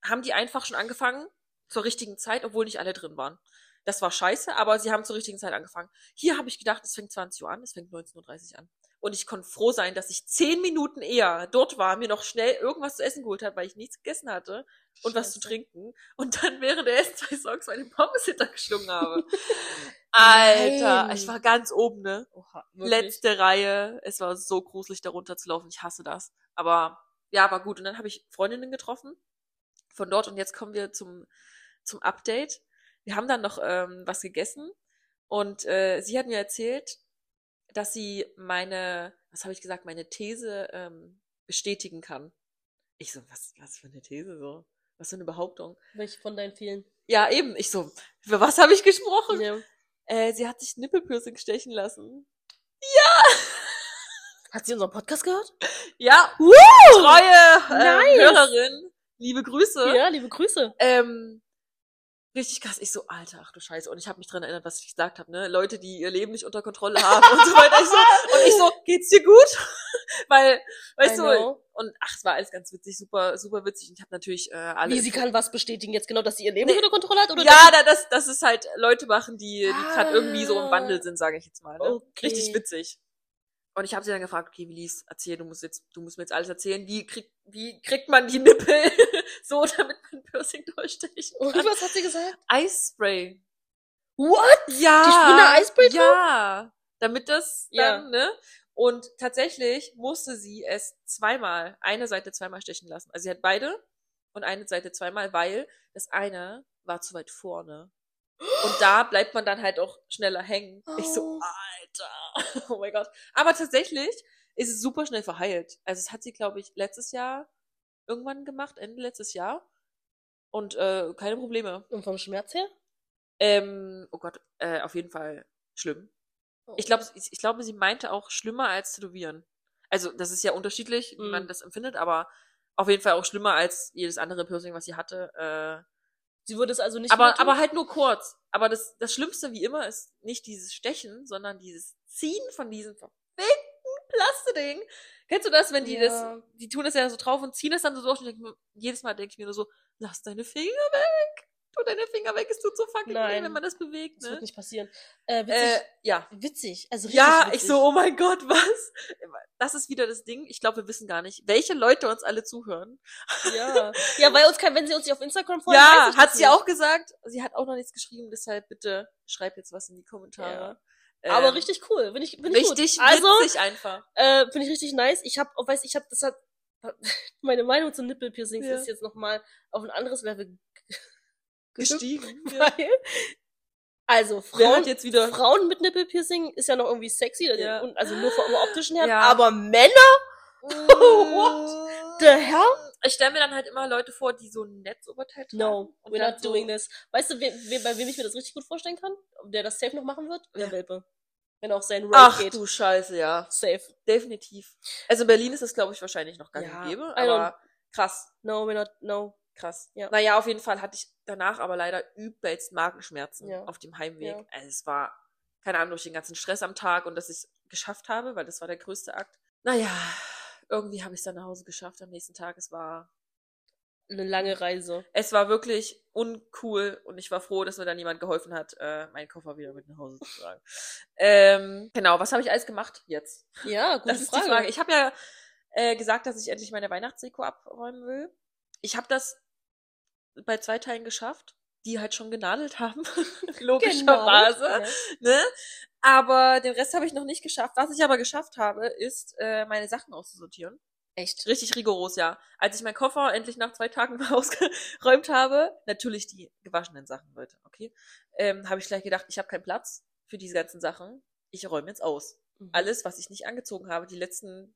haben die einfach schon angefangen zur richtigen Zeit, obwohl nicht alle drin waren. Das war scheiße, aber sie haben zur richtigen Zeit angefangen. Hier habe ich gedacht, es fängt 20 Uhr an, es fängt 19.30 Uhr an. Und ich konnte froh sein, dass ich zehn Minuten eher dort war, mir noch schnell irgendwas zu essen geholt habe, weil ich nichts gegessen hatte und was zu
Scheiße.
trinken. Und dann während der ersten zwei Songs meine Pommes hintergeschlungen habe. Alter,
Nein.
ich war ganz oben, ne?
Oha, wirklich?
letzte Reihe. Es war so gruselig, da runterzulaufen. Ich hasse das. Aber ja, war gut. Und dann habe ich Freundinnen getroffen von dort. Und jetzt kommen wir zum, zum Update. Wir haben dann noch ähm, was gegessen. Und äh, sie hat mir erzählt, dass sie meine, was habe ich gesagt, meine These ähm, bestätigen kann. Ich so, was, was für eine These so? Was für eine Behauptung?
Welche von deinen vielen?
Ja, eben. Ich so, für was habe ich gesprochen?
Ja.
Äh, sie hat sich Nippelpiercing stechen lassen.
Hat sie unseren Podcast gehört?
Ja, treue äh,
Nice.
Hörerin. Liebe Grüße.
Ja, liebe Grüße.
Ähm, richtig krass. Ich so, Alter, ach du Scheiße. Und ich habe mich dran erinnert, was ich gesagt habe, ne? Leute, die ihr Leben nicht unter Kontrolle haben und so weiter. Ich so, und ich so, geht's dir gut? Weil, weißt
I
du,
know.
und ach, es war alles ganz witzig, super, super witzig. Und ich habe natürlich äh, alle.
Wie, sie kann was bestätigen jetzt genau, dass sie ihr Leben
Nee.
unter Kontrolle hat? Oder
ja, da, das, das ist halt Leute machen, die, die gerade irgendwie so im
Ah.
Wandel sind, sage ich jetzt mal. Ne?
Okay.
Richtig witzig. Und ich habe sie dann gefragt, okay, Willis, erzähl, du musst jetzt, du musst mir jetzt alles erzählen, wie kriegt, wie kriegt man die Nippel so, damit man Piercing durchstechen
Und
kann?
was hat sie gesagt?
Eisspray.
What?
Ja.
Die sprühen da Eisspray drauf?
Ja. Damit das
Ja.
dann, ne? Und tatsächlich musste sie es zweimal, eine Seite zweimal stechen lassen. Also sie hat beide und eine Seite zweimal, weil das eine war zu weit vorne. Und da bleibt man dann halt auch schneller hängen. Ich so,
Oh.
Alter. Oh mein Gott. Aber tatsächlich ist es super schnell verheilt. Also es hat sie, glaube ich, letztes Jahr irgendwann gemacht, Ende letztes Jahr. Und äh, keine Probleme.
Und vom Schmerz her?
Ähm, oh Gott, äh, auf jeden Fall schlimm. Ich glaube, ich, ich glaube, sie meinte auch schlimmer als tätowieren. Also, das ist ja unterschiedlich, wie
Mm.
man das empfindet, aber auf jeden Fall auch schlimmer als jedes andere Piercing, was sie hatte. Äh,
sie würde es also nicht mehr
aber,
tun?
aber halt nur kurz. Aber das, das Schlimmste, wie immer, ist nicht dieses Stechen, sondern dieses Ziehen von diesem verfickten Plastiding. Kennst du das, wenn die das,
Ja.
die tun das ja so drauf und ziehen das dann so durch und ich denk mir- jedes Mal denke ich mir nur so, lass deine Finger weg! Tu deine Finger weg, es tut so fucking weh,
Nein.
wenn man das bewegt,
Das
ne?
wird nicht passieren. Äh,
Äh,
witzig.
ja.
witzig. Also richtig
Ja,
witzig.
ich so, oh mein Gott, was? Das ist wieder das Ding. Ich glaube, wir wissen gar nicht, welche Leute uns alle zuhören.
Ja. ja, weil uns kein, wenn sie uns nicht auf Instagram folgen, weiß
ja,
ich
hat
das
sie
nicht.
auch gesagt. Sie hat auch noch nichts geschrieben, deshalb bitte schreib jetzt was in die Kommentare. Ähm,
Aber richtig cool. Bin ich, bin ich gut.
richtig
Also,
witzig einfach.
äh, finde ich richtig nice. Ich habe, weiß ich habe, das hat meine Meinung zu Nippelpiercings
Ja.
ist jetzt noch mal auf ein anderes Level ge-
Gestiegen. Ja.
Weil, also
Wer hat
Frauen,
jetzt wieder
Frauen mit Nippelpiercing ist ja noch irgendwie sexy,
Ja.
und, also nur vom optischen her,
Ja.
aber Männer,
What
the hell?
Ich stelle mir dann halt immer Leute vor, die so ein Netzoberteil tragen.
No,
und
we're
dann
not
so-
doing this. Weißt du, we, we, bei wem ich mir das richtig gut vorstellen kann, der das safe noch machen wird? Der Welpe. Wenn auch sein Rave
Ach
geht.
du Scheiße, ja.
Safe.
Definitiv. Also in Berlin ist das, glaube ich, wahrscheinlich noch gar nicht
Ja,
gegeben,
I
aber krass.
No, we're not, no.
Krass.
Ja.
Naja, auf jeden Fall hatte ich danach aber leider übelst Magenschmerzen
Ja.
auf dem Heimweg.
Ja.
Also es war, keine Ahnung, durch den ganzen Stress am Tag und dass ich es geschafft habe, weil das war der größte Akt. Naja, irgendwie habe ich es dann nach Hause geschafft am nächsten Tag. Es war,
Eine lange Reise.
es war wirklich uncool und ich war froh, dass mir dann jemand geholfen hat, äh, meinen Koffer wieder mit nach Hause zu tragen. ähm, genau, was habe ich alles gemacht jetzt?
Ja, gute
das ist
Frage.
die Frage. Ich habe ja äh, gesagt, dass ich endlich meine Weihnachtsdeko abräumen will. Ich habe das bei zwei Teilen geschafft, die halt schon genadelt haben, logischerweise.
Ja.
Ne? Aber den Rest habe ich noch nicht geschafft. Was ich aber geschafft habe, ist, äh, meine Sachen auszusortieren.
Echt?
Richtig rigoros, ja. Als ich meinen Koffer endlich nach zwei Tagen mal ausgeräumt habe, natürlich die gewaschenen Sachen, Leute, okay, ähm, habe ich gleich gedacht, ich habe keinen Platz für diese ganzen Sachen. Ich räume jetzt aus ne? alles, was ich nicht angezogen habe, die letzten,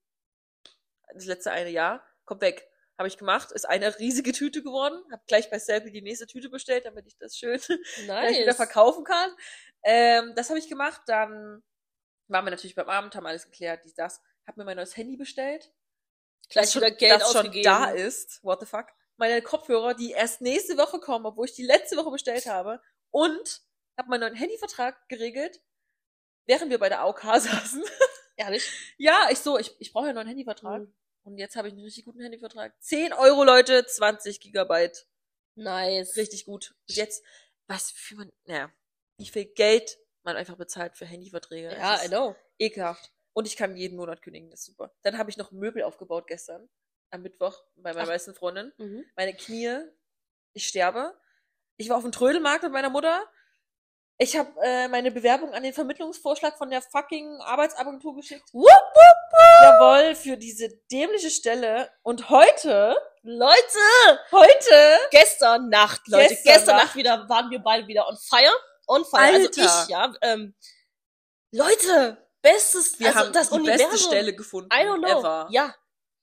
das letzte eine Jahr, kommt weg. Habe ich gemacht, ist eine riesige Tüte geworden, habe gleich bei Selby die nächste Tüte bestellt, damit ich das schön gleich
Nice.
wieder verkaufen kann. Ähm, das habe ich gemacht, dann waren wir natürlich beim Abend, haben alles geklärt, dies, das. Habe mir mein neues Handy bestellt,
Gleich
das
wieder
schon-
Geld
das
ausgegeben.
schon da ist. What the fuck? Meine Kopfhörer, die erst nächste Woche kommen, obwohl ich die letzte Woche bestellt habe. Und habe meinen neuen Handyvertrag geregelt, während wir bei der AOK saßen.
Ehrlich? Mhm.
Ja, ich so, ich, ich brauche ja noch einen Handyvertrag. Und jetzt habe ich einen richtig guten Handyvertrag. 10 Euro, Leute, 20 Gigabyte.
Nice.
Richtig gut. Und jetzt, was für man, naja, wie viel Geld man einfach bezahlt für Handyverträge.
Ja,
Es
I
ist
know.
ekelhaft. Und ich kann jeden Monat kündigen, das ist super. Dann habe ich noch Möbel aufgebaut gestern, am Mittwoch, bei meiner
Ach.
besten Freundin.
Mhm.
Meine Knie, ich sterbe. Ich war auf dem Trödelmarkt mit meiner Mutter. Ich habe äh, meine Bewerbung an den Vermittlungsvorschlag von der fucking Arbeitsagentur geschickt.
Wupp,
Jawohl, für diese dämliche Stelle. Und heute,
Leute!
heute,
Gestern Nacht, Leute.
Gestern
Gestern, Nacht. wieder waren wir beide wieder on fire. On fire.
Alter.
Also ich, ja. Ähm, Leute! Bestes,
wir
also
haben
das
die
Universum.
beste Stelle gefunden.
I don't know.
Ever.
Ja.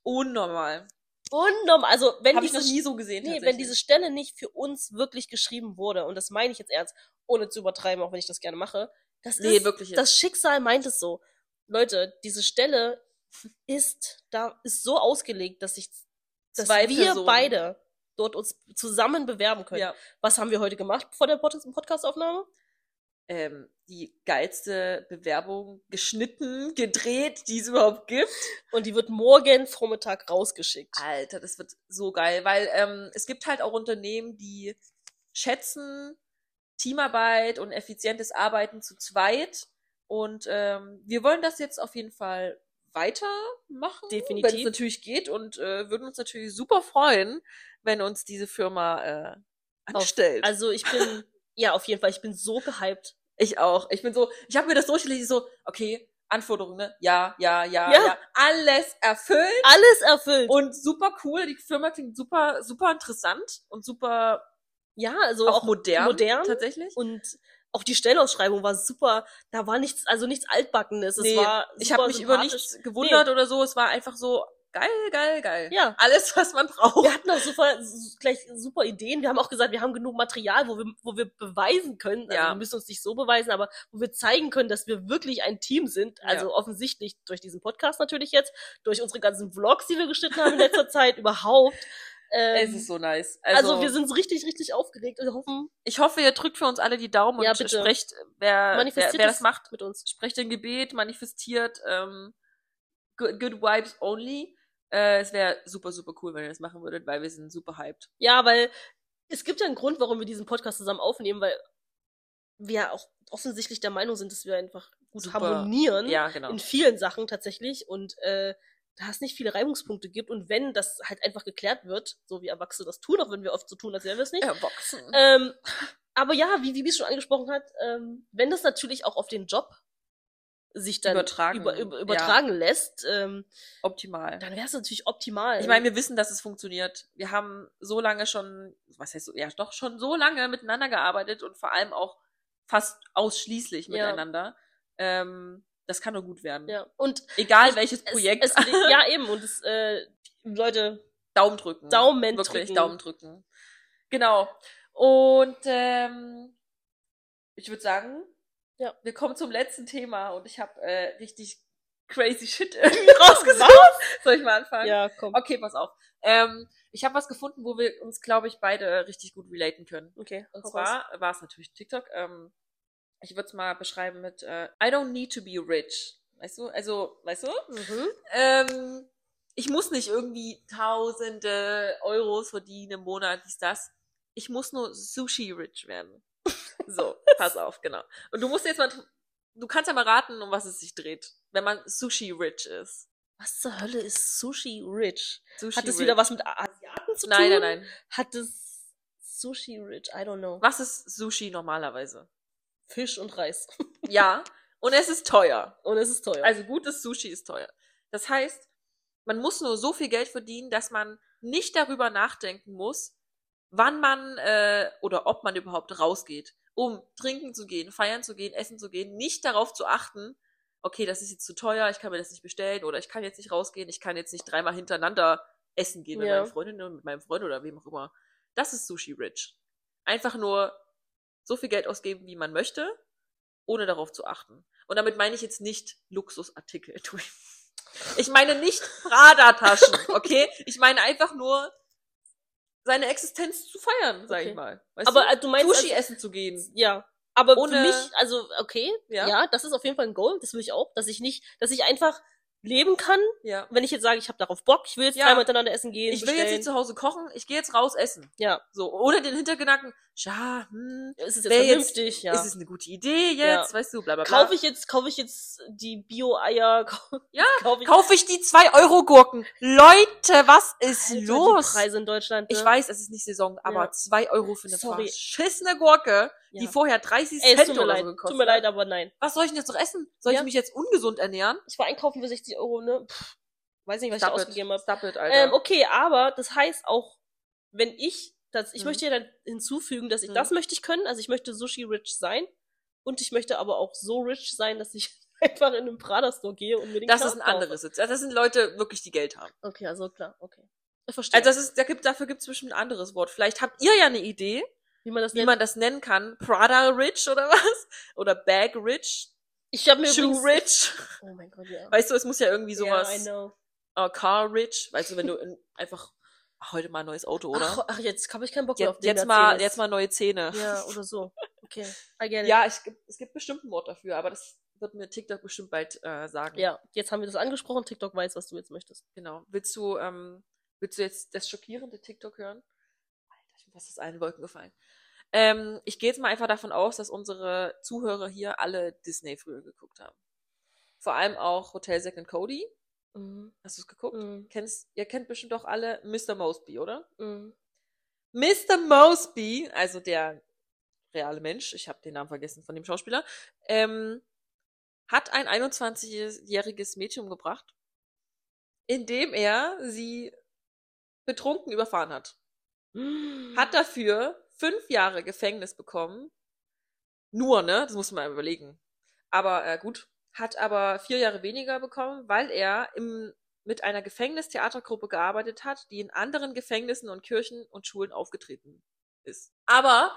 Unnormal.
Unnormal. Also wenn
Hab ich
diese
noch nie so gesehen.
Nee, wenn
tatsächlich.
diese Stelle nicht für uns wirklich geschrieben wurde, und das meine ich jetzt ernst, ohne zu übertreiben, auch wenn ich das gerne mache, das
Nee,
ist,
wirklich jetzt.
das Schicksal meint es so. Leute, diese Stelle ist da, ist so ausgelegt, dass ich, dass
Zwei
wir
Personen.
beide dort uns zusammen bewerben können.
ja.
Was haben wir heute gemacht vor der Pod Podcastaufnahme?
ähm, die geilste Bewerbung geschnitten, gedreht, die es überhaupt gibt.
Und die wird morgen Vormittag rausgeschickt.
Alter, das wird so geil, weil ähm, es gibt halt auch Unternehmen, die schätzen Teamarbeit und effizientes Arbeiten zu zweit Und ähm, wir wollen das jetzt auf jeden Fall weitermachen, wenn es
Definitiv.
natürlich geht und äh, würden uns natürlich super freuen, wenn uns diese Firma äh, anstellt.
Also ich bin, ja, auf jeden Fall, ich bin so gehypt.
Ich auch. Ich bin so, ich habe mir das durchgelesen, so, okay, Anforderungen, ne? Ja, ja, ja, ja.
Ja.
Alles erfüllt
Alles erfüllt. Und
und super cool. Die Firma klingt super, super interessant und super
ja, also
auch,
auch
modern.
modern.
Tatsächlich.
und auch die Stellenausschreibung war super. Da war nichts, also nichts Altbackenes. Es
Nee,
war
ich habe
super
mich über
sympathisch.
nichts gewundert oder so. Es war einfach so geil, geil, geil.
Ja.
Alles, was man braucht.
Wir hatten auch super, s- gleich super Ideen. Wir haben auch gesagt, wir haben genug Material, wo wir, wo wir beweisen können. Also
Ja.
wir müssen uns nicht so beweisen, aber wo wir zeigen können, dass wir wirklich ein Team sind. Also
Ja.
offensichtlich durch diesen Podcast natürlich jetzt, durch unsere ganzen Vlogs, die wir geschnitten haben in letzter Zeit, überhaupt. Ähm,
es ist so nice.
also, wir sind so richtig, richtig aufgeregt und hoffen,
ich hoffe, ihr drückt für uns alle die Daumen
Ja,
und
bitte.
sprecht, wer, wer,
manifestiert
wer das macht,
mit uns.
sprecht ein Gebet, manifestiert, ähm, good, good vibes only. Äh, es wäre super, super cool, wenn ihr das machen würdet, weil wir sind super hyped.
Ja, weil es gibt ja einen Grund, warum wir diesen Podcast zusammen aufnehmen, weil wir ja auch offensichtlich der Meinung sind, dass wir einfach gut
Super.
harmonieren.
Ja, genau.
in vielen Sachen tatsächlich und äh, da es nicht viele Reibungspunkte gibt und wenn das halt einfach geklärt wird, so wie Erwachsene das tun, auch wenn wir oft so tun, als wären wir es nicht.
Erwachsen.
Ähm, aber ja, wie Bibi schon angesprochen hat, ähm, wenn das natürlich auch auf den Job sich dann
Übertragen,
über, über,
ja.
übertragen lässt, ähm,
Optimal.
dann wäre es natürlich optimal.
Ich meine, wir wissen, dass es funktioniert. Wir haben so lange schon, was heißt so, ja, doch schon so lange miteinander gearbeitet und vor allem auch fast ausschließlich
Ja.
miteinander. Ähm, das kann nur gut werden.
ja. Und
Egal welches
es,
Projekt,
es, ja eben und es, äh, Leute,
Daumen drücken.
Daumen
Wirklich,
drücken.
Daumen drücken. Genau. Und ähm, ich würde sagen,
Ja.
wir kommen zum letzten Thema und ich habe äh, richtig crazy shit irgendwie rausgesucht. Soll ich mal anfangen?
Genau. ja komm,
Okay, pass auf. Ähm, ich habe was gefunden, wo wir uns, glaube ich, beide richtig gut relaten können.
okay,
Und
hau raus.
zwar war es natürlich TikTok. Ähm, ich würde es mal beschreiben mit äh, I don't need to be rich. Weißt du? Also, weißt du?
Mhm.
Ähm, ich muss nicht irgendwie tausende Euros verdienen im Monat, dies, das. Ich muss nur sushi-rich werden. So, pass auf, genau. Und du musst jetzt mal, du kannst ja mal raten, um was es sich dreht, wenn man sushi-rich ist.
Was zur Hölle ist Sushi Rich?
Sushi
Hat es wieder was mit Asiaten zu
Nein,
tun?
nein, nein.
Hat es Sushi Rich? I don't know.
Was ist Sushi normalerweise?
Fisch und Reis.
Ja, und es ist teuer.
Und es ist teuer.
Also gutes Sushi ist teuer. Das heißt, man muss nur so viel Geld verdienen, dass man nicht darüber nachdenken muss, wann man äh, oder ob man überhaupt rausgeht, um trinken zu gehen, feiern zu gehen, essen zu gehen, nicht darauf zu achten, okay, das ist jetzt zu teuer, ich kann mir das nicht bestellen oder ich kann jetzt nicht rausgehen, ich kann jetzt nicht dreimal hintereinander essen gehen mit
Ja.
meiner Freundin und mit meinem Freund oder wem auch immer. Das ist Sushi Rich. Einfach nur so viel Geld ausgeben, wie man möchte, ohne darauf zu achten. Und damit meine ich jetzt nicht Luxusartikel. du. Ich meine nicht Prada-Taschen, okay? Ich meine einfach nur, seine Existenz zu feiern, sag ich
Okay.
mal. Weißt
aber
du?
äh, du meinst
Sushi
also,
essen zu gehen.
ja. Aber
Ohne-
für mich, also okay,
Ja?
ja? das ist auf jeden Fall ein Goal. Das will ich auch, dass ich nicht, dass ich einfach leben kann,
Ja.
wenn ich jetzt sage, ich habe darauf Bock, ich will jetzt
Ja.
dreimal hintereinander essen gehen.
Ich will jetzt nicht zu Hause kochen, ich gehe jetzt raus essen.
ja,
So, ohne den Hintergedanken, ja, hm,
ist es jetzt
Wär jetzt-
vernünftig, ja.
ist es eine gute Idee
Ja.
jetzt, weißt du, bla bla bla.
kaufe ich jetzt, kaufe ich jetzt die Bio-Eier? Kau-
Ja,
kaufe ich,
Kaufe ich die 2-Euro-Gurken? Leute, was ist
Alter,
los?
Die Preise in Deutschland. Ne?
Ich weiß, es ist nicht Saison, aber
Ja.
2 Euro für eine
Sorry.
verschissene Gurke, die
Ja.
vorher 30
Ey, es
Cent
tut mir
oder
leid,
so gekostet
tut mir leid, aber nein.
Was soll ich denn jetzt noch essen? Soll
Ja.
ich mich jetzt ungesund ernähren?
Ich war einkaufen für 60 Euro, ne? Pff, weiß nicht, was ich da ausgegeben habe.
Stop it, Alter.
Ähm, okay, aber das heißt auch, wenn ich das, ich
Mhm.
möchte ja dann hinzufügen, dass ich
Mhm.
das möchte ich können, also ich möchte sushi rich sein und ich möchte aber auch so rich sein, dass ich einfach in einen Prada Store gehe und mir den
das
Kram
ist ein
kaufe.
anderes. Sitz. Das sind Leute wirklich, die Geld haben.
Okay, also klar, okay. Ich verstehe.
Also das ist, da gibt, dafür gibt es bestimmt ein anderes Wort. Vielleicht habt ihr ja eine Idee,
wie man das
wie
nennt.
man das nennen kann. Prada Rich oder was? Oder Bag Rich?
ich habe mir
Shoe
übrigens,
Rich?
Oh mein Gott, ja.
Weißt du, es muss ja irgendwie sowas.
Ja, I know.
äh, Car Rich, weißt du, wenn du in, einfach ach, heute mal ein neues Auto, oder?
Ach, ach jetzt habe ich keinen Bock mehr auf
jetzt
den
jetzt mal,
Mercedes.
jetzt mal neue Zähne.
Ja, oder so. Okay. I get it.
Ja, ich, es gibt bestimmt ein Wort dafür, aber das wird mir TikTok bestimmt bald äh, sagen.
Ja, jetzt haben wir das angesprochen. TikTok weiß, was du jetzt möchtest.
Genau. Willst du, ähm, willst du jetzt das schockierende TikTok hören? Alter, ich bin fast aus allen Wolken gefallen. Ähm, ich gehe jetzt mal einfach davon aus, dass unsere Zuhörer hier alle Disney früher geguckt haben. Vor allem auch Hotel Second Cody.
Mhm.
Hast du es geguckt?
Mhm.
Kennst, ihr kennt bestimmt doch alle Mr. Mosby, oder?
Mhm.
Mr. Mosby, also der reale Mensch, ich habe den Namen vergessen von dem Schauspieler, ähm, hat ein 21-jähriges Mädchen umgebracht, indem er sie betrunken überfahren hat. Hat dafür fünf Jahre Gefängnis bekommen. Nur, ne? Das muss man überlegen. Aber äh, gut. Hat aber vier Jahre weniger bekommen, weil er im, mit einer Gefängnistheatergruppe gearbeitet hat, die in anderen Gefängnissen und Kirchen und Schulen aufgetreten ist. Aber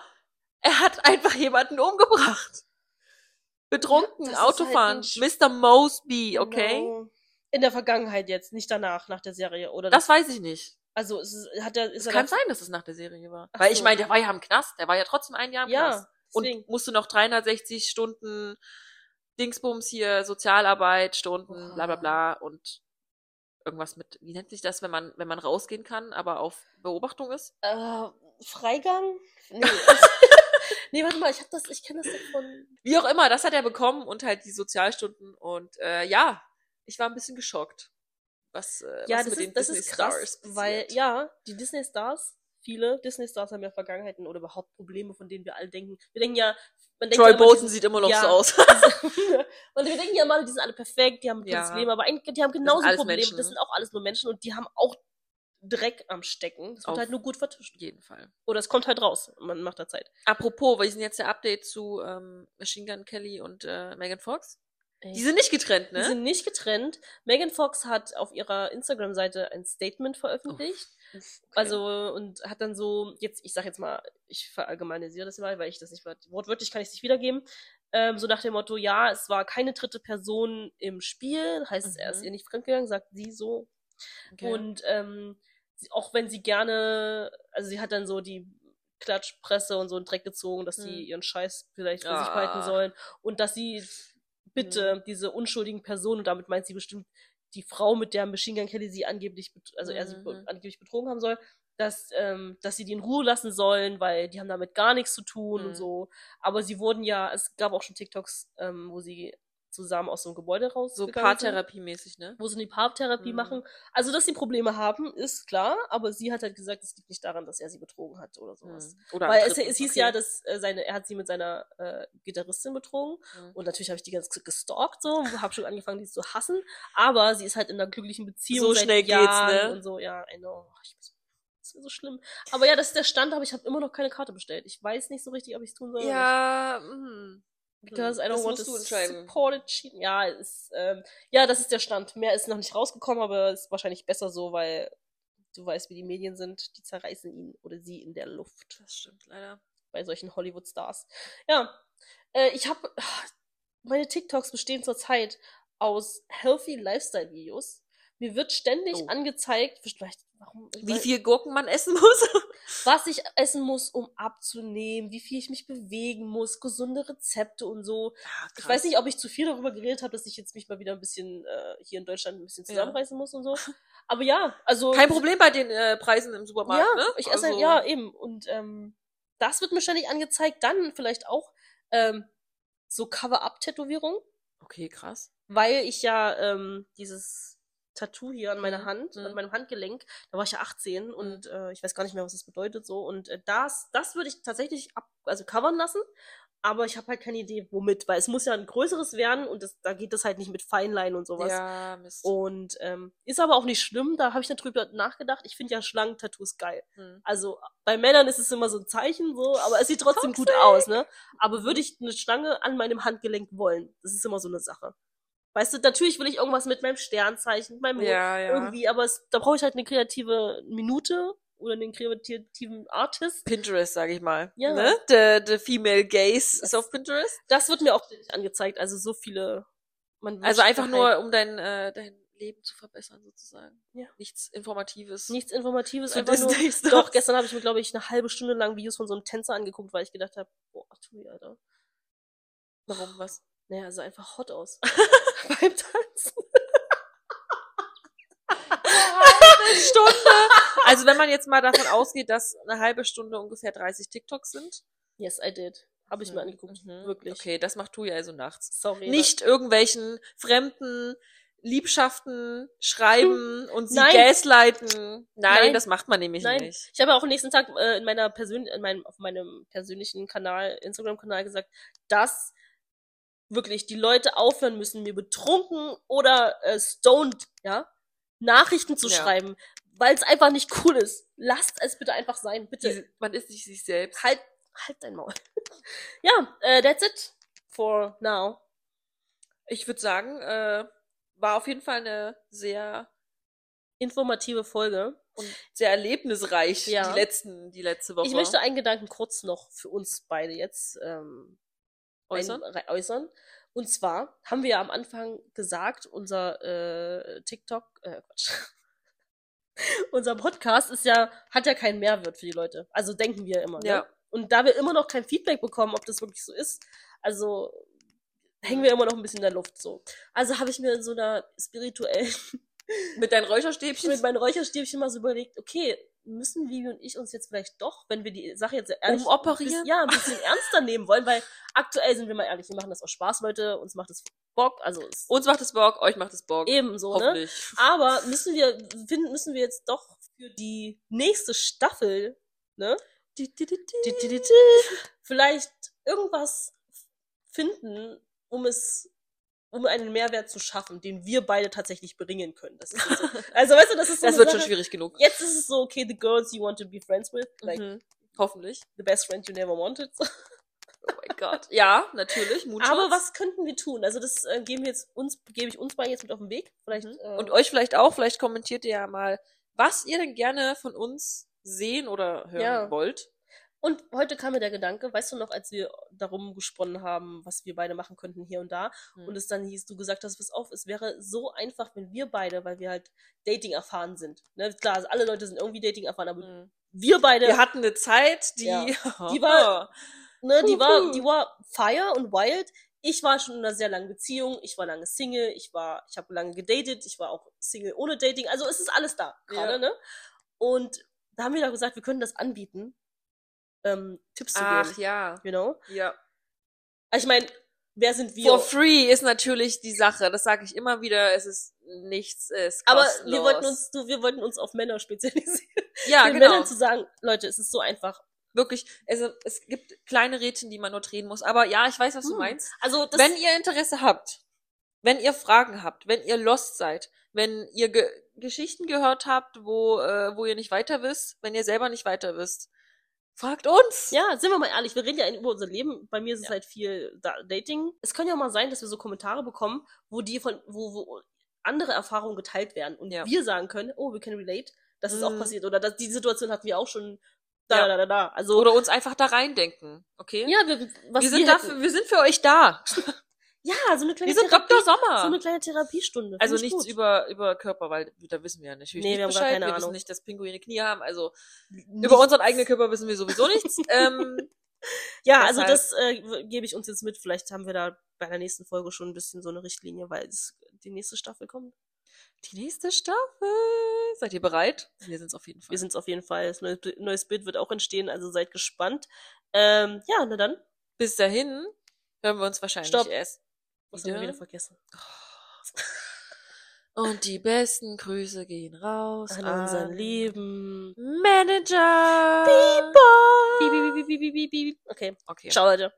er hat einfach jemanden umgebracht. Betrunken,
Ja, das ist
Autofahren.
halt
Mr. Mosby, okay?
Genau. In der Vergangenheit jetzt, nicht danach, nach der Serie. Oder
Das weiß ich nicht.
also es ist, hat er, ist
Es
er
kann
da-
sein, dass es nach der Serie war.
Ach
Weil
so.
ich meine, der war ja im Knast. Der war ja trotzdem ein Jahr im Knast.
Ja, deswegen.
und musst du noch 360 Stunden Dingsbums hier, Sozialarbeit, Stunden,
Oha.
bla bla bla und irgendwas mit, wie nennt sich das, wenn man, wenn man rausgehen kann, aber auf Beobachtung ist?
äh, Freigang? Nee. nee, warte mal, ich hab das, ich kenne das doch von.
Wie auch immer, das hat er bekommen und halt die Sozialstunden und äh, ja, ich war ein bisschen geschockt. Was, äh,
Ja,
was
das
mit den
ist, das
Disney
ist krass,
Stars passiert.
weil ja, die Disney Stars, viele Disney Stars haben ja Vergangenheiten oder überhaupt Probleme, von denen wir alle denken. Wir denken ja, man denkt
Troy
ja immer,
Bolton sieht immer noch
Ja.
so aus.
Und wir denken ja mal, die sind alle perfekt, die haben ein tolles
Ja.
Leben, aber eigentlich, die haben genauso
alles
Probleme.
Menschen. ne?
Das sind auch alles nur Menschen und die haben auch Dreck am Stecken. Das wird
Auf-
halt nur gut vertuscht.
Auf jeden Fall.
Oder es kommt halt raus. Man macht da Zeit.
Apropos, wir sind jetzt der Update zu ähm, Machine Gun Kelly und äh, Megan Fox. Die sind nicht getrennt,
Die
ne?
sind nicht getrennt. Megan Fox hat auf ihrer Instagram-Seite ein Statement veröffentlicht.
Okay.
Also, und hat dann so, jetzt, ich sag jetzt mal, ich verallgemeinisiere das mal, weil ich das nicht wort- wortwörtlich kann ich es nicht wiedergeben. Ähm, so nach dem Motto, ja, es war keine dritte Person im Spiel, heißt es, er ist
Mhm.
ihr nicht fremdgegangen, sagt sie so.
Okay.
Und ähm, sie- auch wenn sie gerne, also sie hat dann so die Klatschpresse und so einen Dreck gezogen, dass
Mhm.
sie ihren Scheiß vielleicht für sich
Ah. Mhm.
behalten sollen und dass sie bitte diese unschuldigen Personen, und damit meint sie bestimmt die Frau, mit der Machine Gun Kelly sie angeblich, bet- also er sie be-
Mhm.
angeblich betrogen haben soll, dass, ähm, dass sie die in Ruhe lassen sollen, weil die haben damit gar nichts zu tun
Mhm.
und so. Aber sie wurden ja, es gab auch schon TikToks, ähm, wo sie zusammen aus so einem Gebäude raus
so paartherapiemäßig, ne?
wo sie die Paartherapie
Mhm.
machen. Also, dass sie Probleme haben, ist klar, aber sie hat halt gesagt, es liegt nicht daran, dass er sie betrogen hat Hm. oder sowas.
Mhm. Oder am
Weil es,
dritten,
es hieß
okay.
ja, dass äh, seine, er hat sie mit seiner äh, Gitarristin betrogen
Mhm.
und natürlich habe ich die ganz gestalkt so, habe schon angefangen, die zu hassen, aber sie ist halt in einer glücklichen Beziehung
So
seit
schnell geht's,
Jahren
ne?
und so, ja, I know. Ich muss, das ist mir so schlimm. Aber ja, das ist der Stand, aber ich habe immer noch keine Karte bestellt. Ich weiß nicht so richtig, ob ich es tun soll. oder nicht.
Ja, mhm.
Because I
Das
don't want
musst
to
du entscheiden.
support it cheating. Ja, ist, ähm, ja, das ist der Stand. Mehr ist noch nicht rausgekommen, aber ist wahrscheinlich besser so, weil du weißt, wie die Medien sind. Die zerreißen ihn oder sie in der Luft
Das stimmt leider.
bei solchen Hollywood-Stars. Ja, äh, ich habe meine TikToks bestehen zurzeit aus healthy Lifestyle-Videos. Mir wird ständig
Oh.
angezeigt, vielleicht, warum,
Wie
weil-
viel Gurken man essen muss?
was ich essen muss, um abzunehmen, wie viel ich mich bewegen muss, gesunde Rezepte und so. Ich weiß nicht, ob ich zu viel darüber geredet habe, dass ich jetzt mich mal wieder ein bisschen äh, hier in Deutschland ein bisschen
Ja.
zusammenreißen muss und so. Aber ja, also.
Kein Problem bei den äh, Preisen im Supermarkt,
ja,
ne?
ich esse halt, ja eben. Und ähm, das wird mir ständig angezeigt. Dann vielleicht auch ähm, so Cover-Up-Tätowierung,
Okay, krass.
weil ich ja ähm, dieses Tattoo hier an meiner
Mhm,
Hand, an
mhm.
meinem Handgelenk, da war ich ja 18 und äh, ich weiß gar nicht mehr, was das bedeutet so. Und äh, das, das würde ich tatsächlich ab, also covern lassen. Aber ich habe halt keine Idee, womit, weil es muss ja ein größeres werden und das, da geht das halt nicht mit Feinlein und sowas.
Ja, Mist.
Und ähm, ist aber auch nicht schlimm, da habe ich dann drüber nachgedacht. Ich finde ja Schlangen-Tattoos geil.
Hm.
Also bei Männern ist es immer so ein Zeichen, so, aber es sieht trotzdem gut
Toxic.
aus, ne? Aber würde ich eine Schlange an meinem Handgelenk wollen? Das ist immer so eine Sache. Weißt du, natürlich will ich irgendwas mit meinem Sternzeichen, mit meinem Mond,
Ja, ja.
irgendwie, aber es, da brauche ich halt eine kreative Minute oder einen kreativen Artist.
Pinterest, sage ich mal.
Ja.
Ne? The, the female gaze
Das-
ist auf Pinterest.
Das wird mir auch ständig angezeigt, also so viele. Man wird
Also einfach
halt
nur, um dein, äh, dein Leben zu verbessern, sozusagen.
Ja.
Nichts Informatives.
nichts Informatives,
zu
einfach nur
Disney Stars.
Doch, gestern habe ich mir, glaube ich, eine halbe Stunde lang Videos von so einem Tänzer angeguckt, weil ich gedacht habe, boah, Tui, Alter.
Warum was?
Naja, sah einfach hot aus. Beim Tanzen.
eine Stunde. Also wenn man jetzt mal davon ausgeht, dass eine halbe Stunde ungefähr 30 TikToks sind,
Yes, I did. Habe ich mir
Mhm,
angeguckt.
mhm.
Wirklich.
Okay, das macht Tui also nachts.
Sorry.
Nicht irgendwelchen fremden Liebschaften schreiben und sie
Nein.
gaslighten. Hm. Nein,
Nein.
das macht man nämlich
Nein.
nicht.
Ich habe auch am nächsten Tag äh, in meiner Persön in meinem, auf meinem persönlichen Kanal, Instagram-Kanal gesagt, dass wirklich die Leute aufhören müssen, mir betrunken oder äh, stoned, ja, Nachrichten zu
Ja.
schreiben, weil es einfach nicht cool ist. Lasst es bitte einfach sein, bitte.
Diese, man ist nicht sich selbst.
Halt, halt dein Maul. ja, äh, that's it for now.
Ich würde sagen, äh, war auf jeden Fall eine sehr
Informative Folge.
und sehr erlebnisreich
Ja.
die letzten die letzte Woche.
Ich möchte einen Gedanken kurz noch für uns beide jetzt ähm,
äußern.
Ein, rei- äußern. Und zwar haben wir ja am Anfang gesagt, unser äh, TikTok, äh, Quatsch. unser Podcast ist ja, hat ja keinen Mehrwert für die Leute. Also denken wir immer. Ne?
Ja.
Und da wir immer noch kein Feedback bekommen, ob das wirklich so ist, also hängen wir immer noch ein bisschen in der Luft so. Also habe ich mir in so einer spirituellen
Mit deinen
ich mit
Räucherstäbchen.
meinen Räucherstäbchen mal so überlegt, okay, müssen Vivi und ich uns jetzt vielleicht doch, wenn wir die Sache jetzt
Um
ehrlich
Umoperieren?
Bis, ja, ein bisschen ernster nehmen wollen, weil aktuell sind wir mal ehrlich, wir machen das aus Spaß, Leute, uns macht es Bock, also ist
Uns macht es Bock, euch macht es Bock.
ebenso, ne?
Hoffentlich.
Aber müssen wir, finden, müssen wir jetzt doch für die nächste Staffel, ne?
Di, di, di, di.
Vielleicht irgendwas finden, um es um einen Mehrwert zu schaffen, den wir beide tatsächlich bringen können. Das ist jetzt so. Also weißt du, das ist so
Das
eine
wird schon
Sache-
schwierig genug.
jetzt ist es so, okay, the girls you want to be friends with, like
Mhm. Hoffentlich.
the best friend you never wanted.
Oh mein Gott. Ja, natürlich. Muchos.
Aber was könnten wir tun? Also das äh, geben wir jetzt uns, gebe ich uns beiden jetzt mit auf den Weg. Vielleicht.
Mhm.
Äh,
Und euch vielleicht auch. Vielleicht kommentiert ihr ja mal, was ihr denn gerne von uns sehen oder hören
Ja.
wollt.
und heute kam mir der Gedanke, weißt du noch, als wir darum gesponnen haben, was wir beide machen könnten hier und da,
Mhm.
und es dann hieß, du gesagt hast, pass auf, es wäre so einfach, wenn wir beide, weil wir halt Dating erfahren sind. Ne? Klar, also alle Leute sind irgendwie Dating erfahren, aber
Mhm.
wir beide,
Wir hatten eine Zeit, die,
Ja.
die
war- ne, die
Huhu.
war, die war fire und wild. Ich war schon in einer sehr langen Beziehung, ich war lange Single, ich war, ich habe lange gedatet, ich war auch Single ohne Dating, also es ist alles da gerade,
Ja.
ne? Und da haben wir doch gesagt, wir können das anbieten, ähm, Tipps zu
Ach
geben,
ja.
you know?
Ja.
Also ich meine, wer sind wir?
For free ist natürlich die Sache. Das sage ich immer wieder. Es ist nichts. äh, Es ist
Aber
kostenlos.
wir wollten uns, du, wir wollten uns auf Männer spezialisieren,
ja
den
genau
Männern zu sagen, Leute, es ist so einfach.
wirklich. Also es gibt kleine Rädchen, die man nur drehen muss. Aber ja, ich weiß, was du
Hm.
meinst.
Also das
wenn ihr Interesse habt, wenn ihr Fragen habt, wenn ihr lost seid, wenn ihr ge Geschichten gehört habt, wo äh, wo ihr nicht weiter wisst, wenn ihr selber nicht weiter wisst, fragt uns.
Ja, sind wir mal ehrlich, wir reden ja über unser Leben. Bei mir ist es
Ja.
halt viel da Dating. Es kann ja auch mal sein, dass wir so Kommentare bekommen, wo die von, wo, wo andere Erfahrungen geteilt werden und
Ja.
wir sagen können, oh, we can relate, das ist auch
Mhm.
passiert oder das, die Situation hatten wir auch schon da,
Ja.
da, da, da. Also,
Oder uns einfach da reindenken, okay?
ja, wir, was
wir sind
hätten-
dafür, wir sind für euch da.
Ja, so eine kleine
Wir sind
Therapie-
Dr. Sommer.
So eine kleine Therapiestunde.
Also
Finde ich
nichts
gut.
über, über Körper, weil da wissen wir ja nicht.
Nee,
nicht
wir haben gar keine
wir
Ahnung.
wissen nicht, dass Pinguine Knie haben. Also über unseren eigenen Körper wissen wir sowieso nichts. ähm,
Ja, also
Deshalb-
das äh, w- gebe ich uns jetzt mit. Vielleicht haben wir da bei der nächsten Folge schon ein bisschen so eine Richtlinie, weil es, die nächste Staffel kommt.
die nächste Staffel. Seid ihr bereit? Wir sind es auf jeden Fall.
Wir sind es auf jeden Fall. Das neue, Bi- neues Bild wird auch entstehen, also seid gespannt. Ähm, ja, na dann.
Bis dahin hören wir uns wahrscheinlich
Stopp.
erst.
Was haben wir
Wieder?
wieder vergessen?
Und die besten Grüße gehen raus
An unseren lieben
Manager.
Bieber.
Piep, piep, piep, piep, piep, piep.
Okay,
Okay.
ciao Leute.